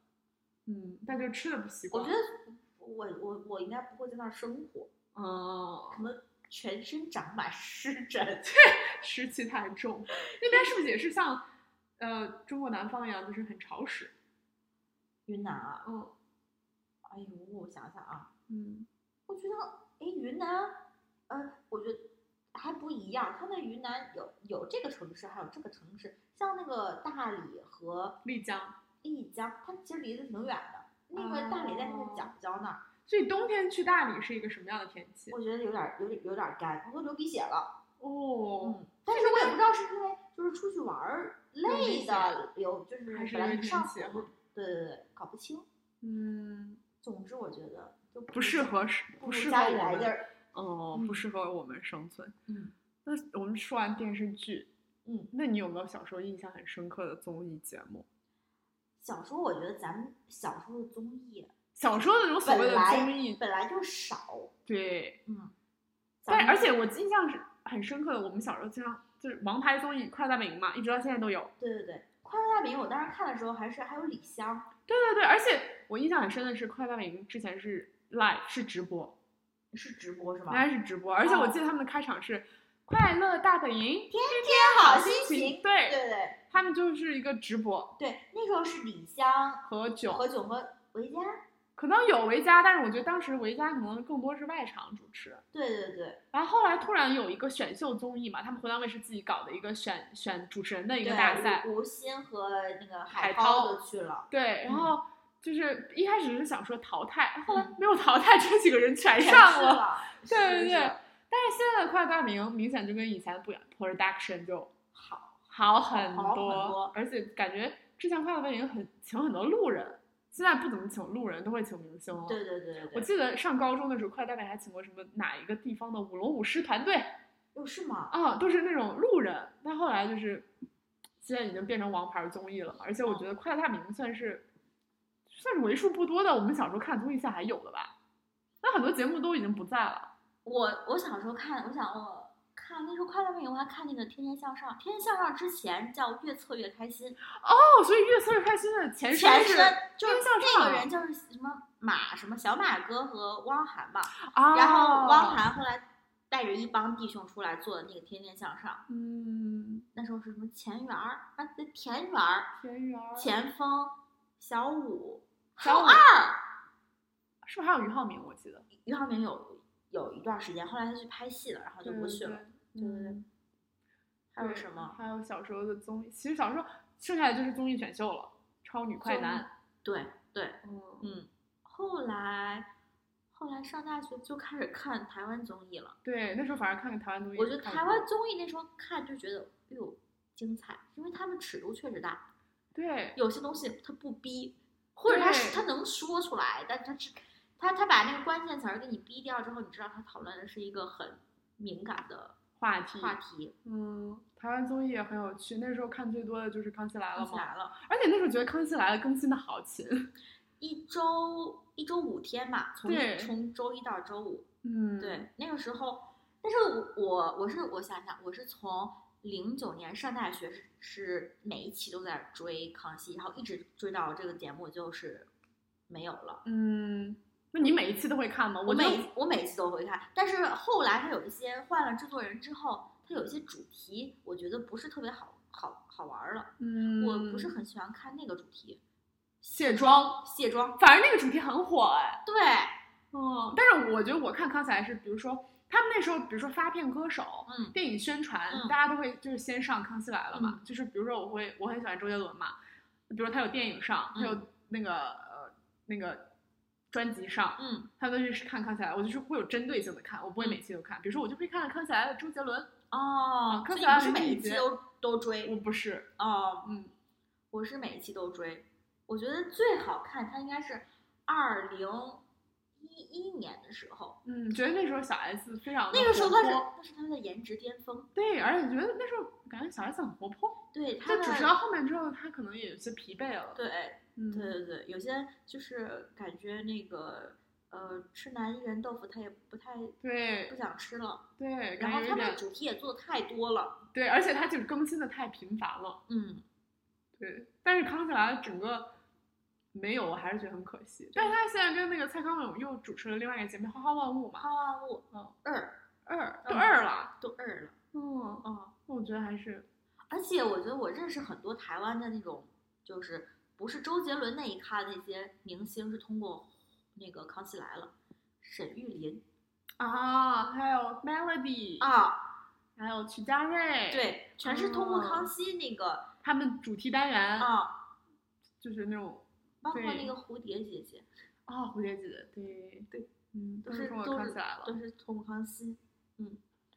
嗯，但就吃的不习我惯。觉得我我我应该不会在那儿生活，哦，可能全身长满湿疹。 湿气太重。那边是不是也是像呃中国南方一样，就是很潮湿？云南啊，嗯哎呦，我想想啊，嗯，我觉得哎，云南，呃，我觉得还不一样。它那云南有有这个城市，还有这个城市，像那个大理和丽江。丽江，它其实离得挺远的。那个大理在那哦个角角那儿，所以冬天去大理是一个什么样的天气？我觉得有点儿有点有点儿干，我都流鼻血了。哦，嗯，但是我也不知道是因为就是出去玩儿危累险的有，就是还是本来因为你上天气火哈对对对，搞不清。嗯，总之我觉得就不适如合是不不如适合家里我来地们儿。哦，不适合我们生存。嗯，那我们说完电视剧，嗯，那你有没有小时候印象很深刻的综艺节目？小时候我觉得咱们小时候的综艺小时候那种所谓本的来综艺，本来就少，对，嗯，咱但们而且我印象是很深刻的，我们小时候经常就是王牌综艺《快乐大本营》嘛，一直到现在都有。对对对，《快乐大本营》我当时看的时候还是还有李湘，对对对，而且我印象很深的是《快乐大本营》之前是 live 是直播，是直播是应吗？该是直播，而且我记得他们的开场是《快乐大本营》，天哦天好心心情，对对对对他们就是一个直播对，那时候是李湘、和囧，何炅和维嘉，可能有维嘉，但是我觉得当时维嘉可能更多是外场主持。对对对，然后后来突然有一个选秀综艺嘛，他们湖南卫视自己搞的一个选选主持人的一个对大赛，吴吴昕和那个海海涛涛都去了。对，然嗯后就是一开始是想说淘汰，后来嗯没有淘汰， 这几个人全全上哎是了。了，对 是对是对，但是现在的《快乐大本营》明显就跟以前的不一样，production 就好，好很好很多而且感觉之前《快乐大本营》很请很多路人，现在不怎么请路人，都会请明星了。对对对对我对，记得上高中的时候，《快乐大本营》还请过什么哪一个地方的舞龙舞狮团队哦是吗？啊，都是那种路人。但后来就是现在已经变成王牌综艺了嘛，而且我嗯觉得《快乐大本营》算是算是为数不多的我们小时候看综艺现在还有的吧。那很多节目都已经不在了，我我小时候看，我想我看那时候《快乐大本营》，我还看那个《天天向上》，《天天向上》之前叫《越策越开心》，哦，所以《越策越开心》的前身前哎是身就是天天向那上个人就是什么马什么小马哥和汪涵吧，啊，然后汪涵后来带着一帮弟兄出来做的那个《天天向上》，嗯，那时候是什么钱媛儿啊，对田园儿、田园儿钱枫、小五、小五浩二。是不是还有俞灏明？我记得俞灏明有有一段时间，后来他去拍戏了，然后就不去了。。嗯对对对对嗯还有对嗯什么？还有小时候的综艺，其实小时候剩下的就是综艺选秀了，超女、快男。对对，嗯，嗯。后来后来上大学就开始看台湾综艺了。对，那时候反正看看台湾综艺我看觉得多，得台湾综艺那时候看就觉得，哎呦精彩，因为他们尺度确实大，对有些东西他不逼，或者他对是他能说出来，但他是他他把那个关键词儿给你逼掉之后，你知道他讨论的是一个很敏感的话题，话题。嗯，台湾综艺也很有趣。那时候看最多的就是《康熙来了想》起嘛，来了，而且那时候觉得《康熙来了》更新的好勤。一周一周五天嘛，从对从周一到周五，嗯，对，那个时候，但是我我是我想想，我是从零九年上大学是是每一期都在追康熙，然后一直追到这个节目就是没有了。嗯，那你每一期都会看吗？我就每我每次都会看，但是后来它有一些换了制作人之后，它有一些主题，我觉得不是特别好好好玩儿了。嗯，我不是很喜欢看那个主题，卸妆，卸妆。反正那个主题很火哎。对，嗯，但是我觉得我看康熙来是，比如说他们那时候，比如说发片歌手、嗯电影宣传，嗯大家都会就是先上康熙来了嘛。就是比如说我会我很喜欢周杰伦嘛，比如他有电影上，他嗯有那个、呃那个专辑上，嗯他都是看康熙来了，我就是会有针对性的看，我不会每期都看。比如说我就会看康熙来了周杰伦，哦，康所以熙来你了是每林一俊期杰都都我追不是，哦，嗯，我是每一期都追。我觉得最好看，它应该是二零一一年的时候，嗯，觉得那时候小 S 非常地那个时候他是活泼那是他的颜值巅峰，对，而且觉得那时候感觉小 S 很活泼，对他就的只是到后面之后，她可能也有些疲惫了。对嗯，对对对，有些就是感觉那个呃吃男艺人豆腐他也不太不对想吃了，对，然感后觉有他们点的主题也做的太多了，对，而且她就是更新的太频繁了。嗯，对，但是康熙来了整个没有，我还是觉得很可惜。但是他现在跟那个蔡康永又主持了另外一个节目《花花万物》嘛，好啊，我嗯二二都嗯二了，都二了，嗯，哦，我觉得还是而且我觉得我认识很多台湾的那种，就是不是周杰伦那一咖的那些明星，是通过那个《康熙来了》，沈玉琳啊，还有 Melody，、啊，还有曲家瑞，，对，全是通过哦康熙那个他们主题单元、啊，就是那种包括对那个蝴蝶姐姐，啊、蝴蝶姐姐，对对，嗯，都都是是通过都康是熙来了，都是通过康熙。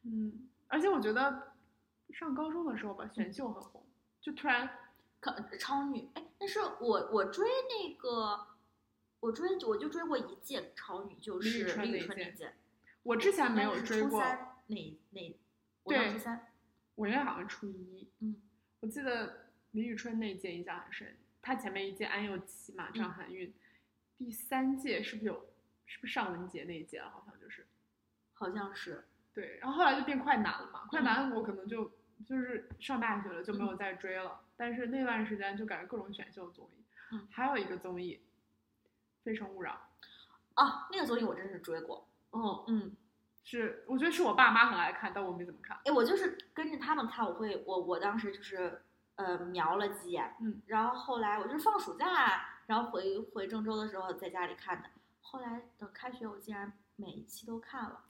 嗯，而且我觉得上高中的时候吧，选秀很红，就突然可超女，哎，但是我我追那个，我追我就追过一届超女，就李宇是春李那宇一春届那届，我之前应没该有嗯是追初过。三那那，我上对初三，我应该好像初一，嗯，我记得李宇春那一届印象很深，她前面一届安又琪嘛，嗯张含韵，第三届是不是有，是不是尚雯婕那一届啊好像就是，好像是，对，然后后来就变快男了嘛，嗯快男我可能就就是上大学了就没有再追了，但是那段时间就感觉各种选秀综艺，嗯还有一个综艺《非诚勿扰啊，那个综艺我真是追过，》，嗯，嗯，是我觉得是我爸妈很爱看，但我没怎么看，哎，我就是跟着他们看，我会，我我当时就是呃瞄了几眼，嗯，然后后来我就是放暑假，然后回回郑州的时候在家里看的，后来等开学我竟然每一期都看 了，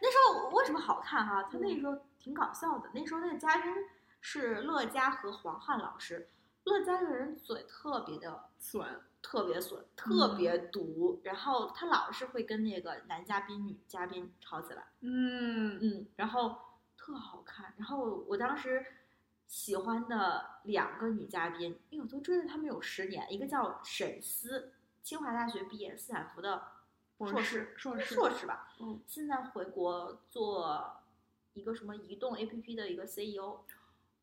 那时候为什么好看哈、他嗯那时候挺搞笑的，那时候那个嘉宾是乐嘉和黄汉老师，乐嘉这个人嘴特别的损，特别损，特嗯别毒，然后他老是会跟那个男嘉宾、女嘉宾吵起来。嗯，嗯，然后特好看。然后我当时喜欢的两个女嘉宾，因为我都追了她们有十年，一个叫沈思，清华大学毕业，斯坦福的硕硕士士，硕士，硕士吧，嗯，现在回国做一个什么移动 APP 的一个 E CEO。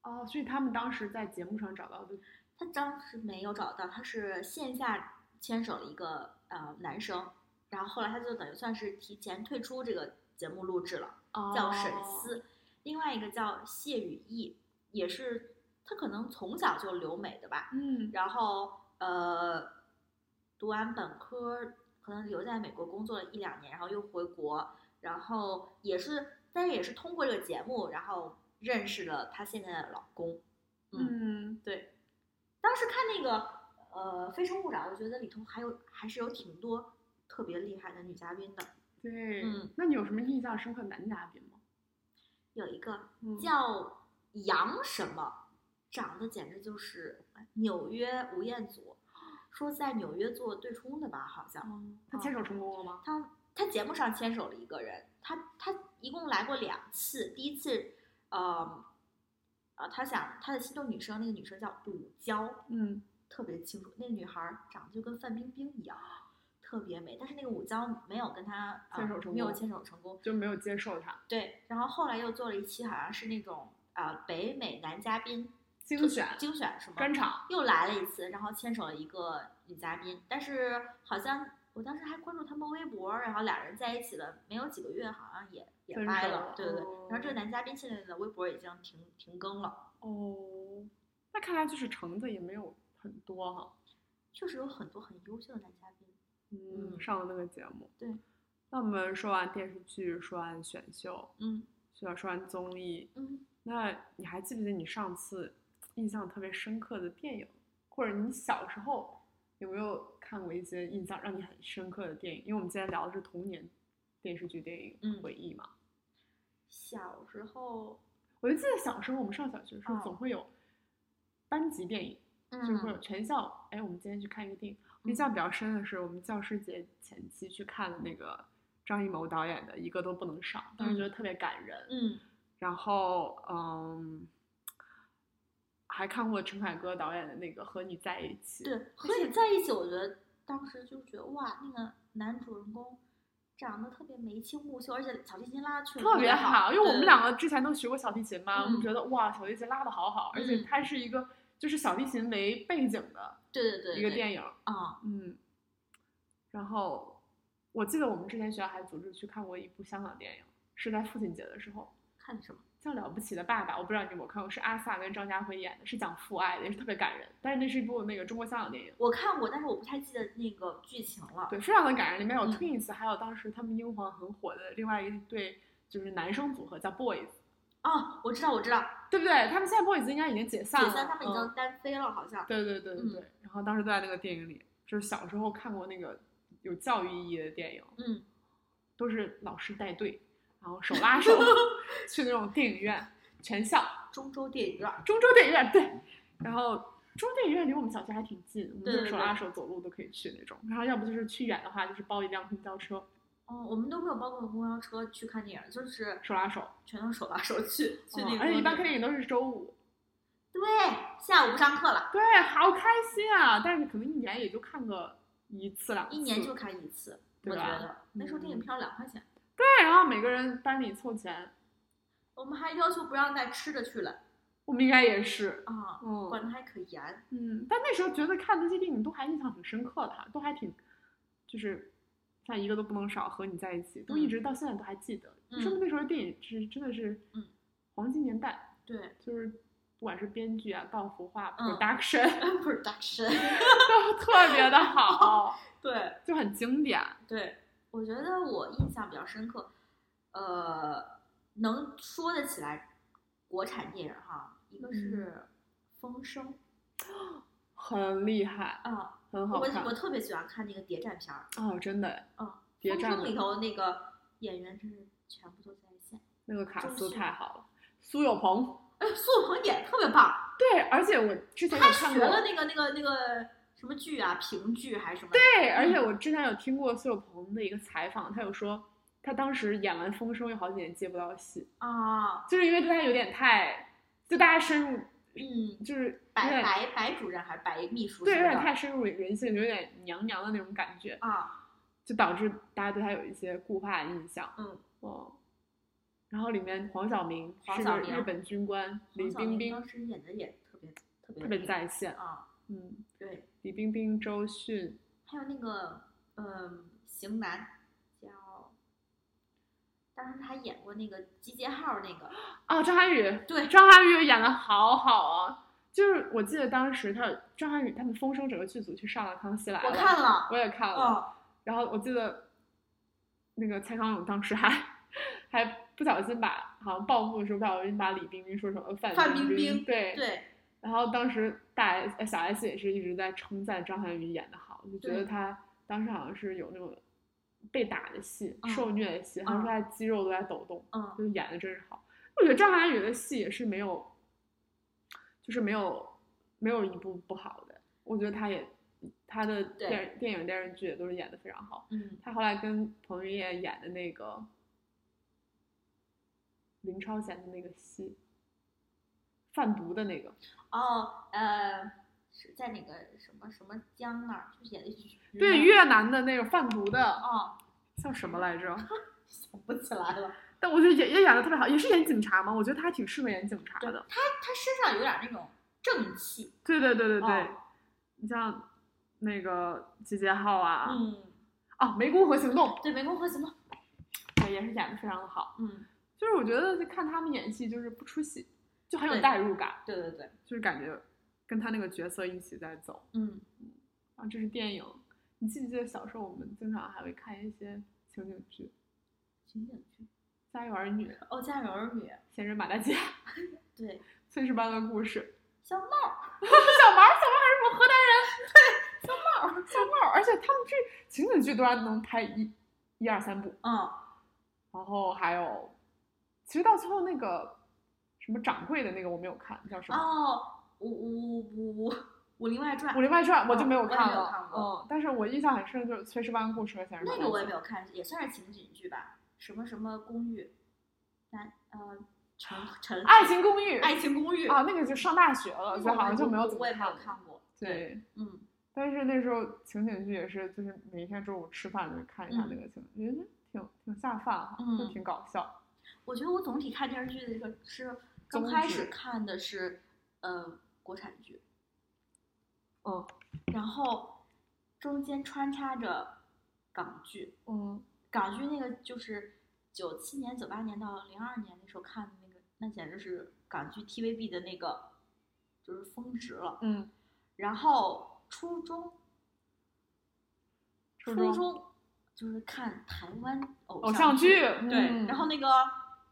哦，所以他们当时在节目上找到的他当时没有找到，他是线下牵手了一个呃男生，然后后来他就等于算是提前退出这个节目录制了。叫沈哦思，另外一个叫谢雨逸，也是他可能从小就留美的吧，嗯然后呃，读完本科可能留在美国工作了一两年，然后又回国，然后也是，但是也是通过这个节目，然后认识了她现在的老公。嗯对，当时看那个呃《非诚勿扰》，我觉得里头还有还是有挺多特别厉害的女嘉宾的，对，嗯那你有什么印象深刻的男嘉宾吗？有一个嗯叫杨什么，长得简直就是纽约吴彦祖，说在纽约做对冲的吧，好像嗯他牵手成功了吗？他他节目上牵手了一个人，他他一共来过两次，第一次，呃，呃，他想他的心动女生，那个女生叫武娇，嗯，特别清楚，那个女孩儿长得就跟范冰冰一样，特别美，但是那个武娇没有跟他、呃、牵手成没有功牵手成功，就没有接受他对，然后后来又做了一期，好像是那种呃北美男嘉宾精选精选是吗？专场。又来了一次，然后牵手了一个女嘉宾，但是好像我当时还关注他们微博，然后俩人在一起了没有几个月，好像也也分掰手了，了对对对。然后这个哦男嘉宾现在的微博已经停停更了，哦，那看来就是橙子也没有很多哈。确实有很多很优秀的男嘉宾。嗯嗯，上了那个节目。对，那我们说完电视剧，说完选秀，嗯说说完综艺，嗯，那你还记不记得你上次印象特别深刻的电影，或者你小时候有没有看过一些印象让你很深刻的电影？因为我们今天聊的是童年电视剧、电嗯影回忆嘛。小时候我就记得小时候我们上小学的时候哦总会有班级电影，就是或嗯者全校，哎，我们今天去看一个电影，我印象比较深的是我们教师节前期去看的那个张艺谋导演的《一个都不能少》，当时觉得特别感人。嗯然后嗯，还看过陈凯歌导演的那个《和你在一起》，对，和你在一起，我觉得当时就觉得哇，那个男主人公长得特别眉清目秀，而且小提琴拉的确实特别好，好，因为我们对两个之前都学过小提琴嘛，我们嗯觉得哇，小提琴拉的好好，而且嗯它是一个就是小提琴为背景的对对对一个对电影，啊，嗯。然后我记得我们之前学校还组织去看过一部香港电影，是在父亲节的时候，看什么？叫《了不起的爸爸》，我不知道你有没有看过，是阿萨跟张家辉演的，是讲父爱的，也是特别感人。但是那是一部那个中国香港电影，我看过，但是我不太记得那个剧情了。对，非常的感人。里面有嗯 Twins，、还有当时他们英皇很火的另外一对就是男生组合叫 Boys，哦，我知道，我知道，对不对？他们现在 Boys 应该已经解散了，解散他们已经嗯嗯单飞了，好像。对对对对对。然后当时都在那个电影里，就是小时候看过那个有教育意义的电影，嗯，都是老师带队，然后手拉 手去那种电影院，全校中州电影院。中州电影院对，然后中州电影院离我们小区还挺近，我们对就是对手对拉手走路都可以去那种。然后要不就是去远的话，就是包一辆公交车，哦，我们都没有包括公交车去看电影，就是手拉手，全都手拉手去去那嗯个。而且一般看电影都是周五，对，下午不上课了，对，好开心啊！但是可能一年也就看个一次两次，一年就看一次。我对觉吧得那时候电影嗯票两块钱，对，然后每个人班里凑钱，我们还要求不让带吃的去了我们应该也是，啊，嗯管得还可严。嗯，但那时候觉得看那些电影都还印象挺深刻的哈，都还挺，就是像一个都不能少，和你在一起，都一嗯直到现在都还记得，就说嗯明那时候电影是真的是嗯黄金年代，对 就是不管是编剧啊、到服化、嗯 production ，production。都特别的好， 对，就很经典。对，我觉得我印象比较深刻，呃，能说得起来国产电影哈，一个嗯是《风声》很厉害，啊，很我好看我特别喜欢看那个谍战片儿，哦，真的，嗯，谍风战声》的里头那个演员真是全部都在 线，那个卡周斯迅太好了，苏有朋，哎，苏有朋演得特别棒，对，而且我之前有他看学过，了那个那个那个什么剧啊，评剧还是什么，对，而且我之前有听过苏有朋的一个采访，他有说他当时演完《风声》有好几年接不到戏，啊，就是因为对他有点太，就大家深入，嗯，就是有白点白白主任还是白秘书对有什么点的太深入人性，有点娘娘的那种感觉，啊，就导致大家对他有一些固化的印象。嗯，哦，然后里面黄晓明黄是晓个明日本军官，李黄晓冰明冰当时演的也特别特别特别那个在线，啊，嗯，对。李冰冰、周迅，还有那个，嗯，型男叫，当时他演过那个集结号那个，哦，张涵予，对，张涵予演的好好啊！就是我记得当时他张涵予他们风声整个剧组去上了《康熙来了》，我看了，我也看了。哦，然后我记得那个蔡康永当时还还不小心把好像报幕的时候不小心把李冰冰说成了范范冰冰冰对。对，然后当时大 S 呃小 S 也是一直在称赞张涵予演的好，就觉得对她当时好像是有那种被打的戏、嗯受虐的戏，好像说她肌肉都在抖动。嗯，就是演的真是好。我觉得张涵予的戏也是没有，就是没有没有一部不好的。我觉得他也他的对电电影电视剧也都是演的非常好。嗯，他后来跟彭于晏演的那个林超贤的那个戏，贩毒的那个，哦，呃，是在那个什么什么江那儿，就是演的云对南，越南的那个贩毒的，哦， 叫什么来着？ 想不起来了，但我觉得也也演的特别好，也是演警察嘛，我觉得他还挺适合演警察对的。他身上有点那种正气，对对对对对，哦你像那个集结号啊，嗯，啊，湄公河行动，对，湄公河行动，对，也是演的非常的好。嗯，就是我觉得看他们演戏就是不出戏，就很有对代入感，对对对，就是感觉跟他那个角色一起在走。嗯，啊，这是电影。你记不记得小时候我们经常还会看一些情景剧，《情景剧，家有儿女》《哦，家有儿女，闲人马大姐》《 对，炊事班的故事》小帽儿，小毛儿，小毛儿还是我们河南人，对，小帽儿，小帽儿，而且他们这情景剧都还能拍一、一二三部，嗯，然后还有，其实到最后那哦个什么掌柜的那个我没有看，叫什么？哦，我我我我武林外传》 《武林外传》我哦就没有我也看没有了，看过嗯，但是我印象很深就是《炊事班故事》和《先生那个我也没有看，也算是情景剧吧，什么什么公寓，男呃陈陈啊爱情公寓》爱情公寓啊，，那个就上大学了，那所个以好像就没有我怎么我也没有过看过，对，对，嗯，但是那时候情景剧也是，就是每天中午吃饭就看一下那个情景，觉得挺挺下饭哈，就嗯挺搞笑。我觉得我总体看电视剧的一个是刚宗开始旨看的是呃国产剧，嗯然后中间穿插着港剧，嗯，港剧那个就是九七年、九八年到零二年那时候看的那个，那简直是港剧 TVB 的那个就是峰值了。嗯，然后初中，初中中就是看台湾偶偶像剧，对，嗯然后那个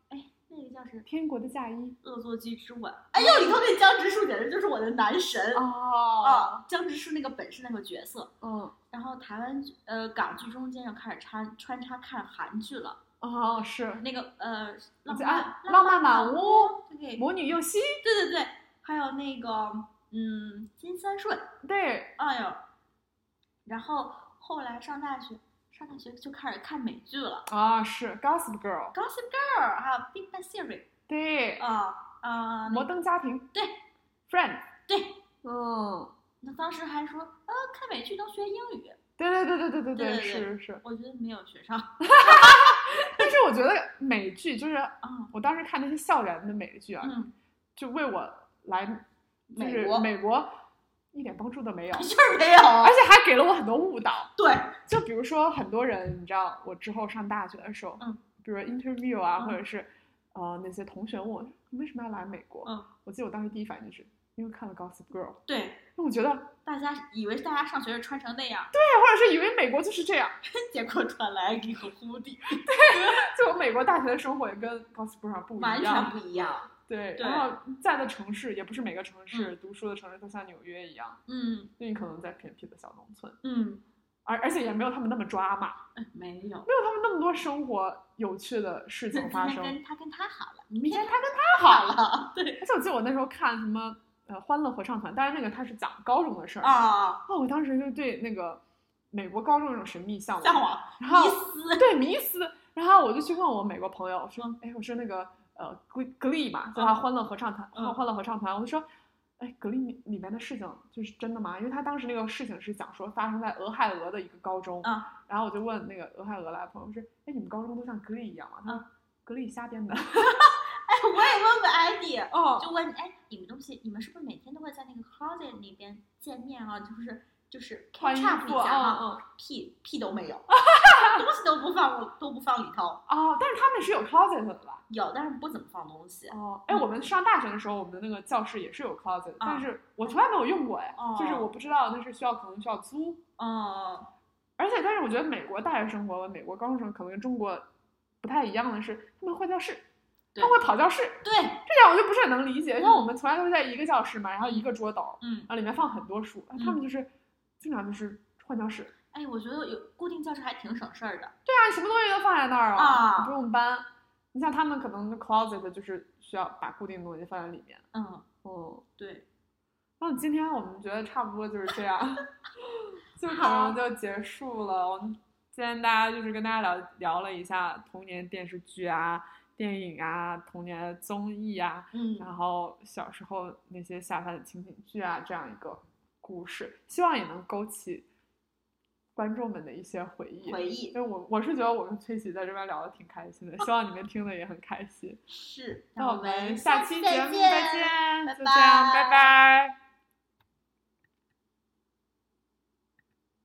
哎，那个叫是《天国的嫁衣《恶作剧之吻》，哎呦，里头那江直树简直就是我的男》神哦，啊！江直树那个本是那个角色，嗯然后台湾剧呃港剧中间就开始穿穿插看韩剧了。哦是那个呃，浪就漫啊浪漫满屋屋，对魔女右希，对对对，还有那个嗯金三顺，对，哎呦，然后后来上大学，上大学就开始看美剧了，啊是《Gossip Girl》， 《Gossip Girl》还有《Big Bang Theory 对，》啊啊，摩登家庭》对， 《Friends》，对，嗯，哦那当时还说啊看美剧能学英语，对对对对对对对对对是是是。我觉得没有学上但是我觉得美剧就是啊，我当时看那些校园的美剧啊，嗯， 就为我来就美是国美国一点帮助都没有，就是没有，而且还给了我很多误导。对，就比如说很多人，你知道，我之后上大学的时候，嗯，比如 interview 啊，嗯或者是呃那些同学问我你为什么要来美国？嗯，我记得我当时第一反应就是因为看了《Gossip Girl》，对，那我觉得，大家以为大家上学是穿成那样，哎，或者是以为美国就是这样。结果转来一个忽地，就我美国大学的生活也跟《Gossip Girl》不完一全样，不一样，对。对然后在的城市也不是每个城市、读书的城市都像纽约一样，嗯就你可能在偏僻的小农村，嗯。而而且也没有他们那么抓马。嗯没有， 没有他们那么多生活有趣的事今情发天生。跟他跟他好了，明天他跟他好了，对而且我记得我那时候看什么呃《欢乐合唱团》，但是那个他是讲高中的事儿。啊， 哦，我当时就对那个美国高中有种神秘向往，向往然迷后 思，对迷思，然后我就去问我美国朋友，我说，哎，我说那个呃，Glee Glee 嘛，叫他《嗯欢乐合唱团》，嗯欢乐合唱团，我就说。哎，格力里里面的事情就是真的吗？因为他当时那个事情是讲说发生在俄亥俄的一个高中，嗯然后我就问那个俄亥俄来的朋友，我说：“哎，你们高中都像格力一样吗？”他嗯说：“格力瞎编的。” 哎，我也问过 ID，哦，就问哎，你们东西，你们是不是每天都会在那个 closet 里边见面啊？就是就是换衣 catch up 一服，下嗯啊，嗯，屁屁都没有， 东西都不放，都不放里头，哦，但是他们是有 closet 的吧？有但是不怎么放东西，哦，哎，嗯我们上大学的时候，我们的那个教室也是有 closet，、但是我从来没有用过，哎、哦就是我不知道那是需要可能需要租，哦，而且但是我觉得美国大学生活、美国高中生可能跟中国不太一样的是，他们换教室，对嗯他会跑教室，对，这点我就不是很能理解。像我们从来都是在一个教室嘛，然后一个桌斗，嗯然，后里面放很多书，嗯他们就是经常就是换教室，哎，我觉得有固定教室还挺省事儿的，对啊，什么东西都放在那儿了，啊你不用搬。你像他们可能 closet 就是需要把固定的东西放在里面，嗯，嗯。对，那今天我们觉得差不多就是这样， 就可能就结束了。我们今天大家就是跟大家聊聊了一下童年电视剧啊、电影啊、童年的综艺啊，嗯然后小时候那些下饭的情景剧啊，这样一个故事，希望也能勾起观众们的一些回忆。回忆就我我是觉得我跟崔琦在这边聊的挺开心的，希望你们听的也很 开心。是，那我们下期节目再见见，拜就这样，拜拜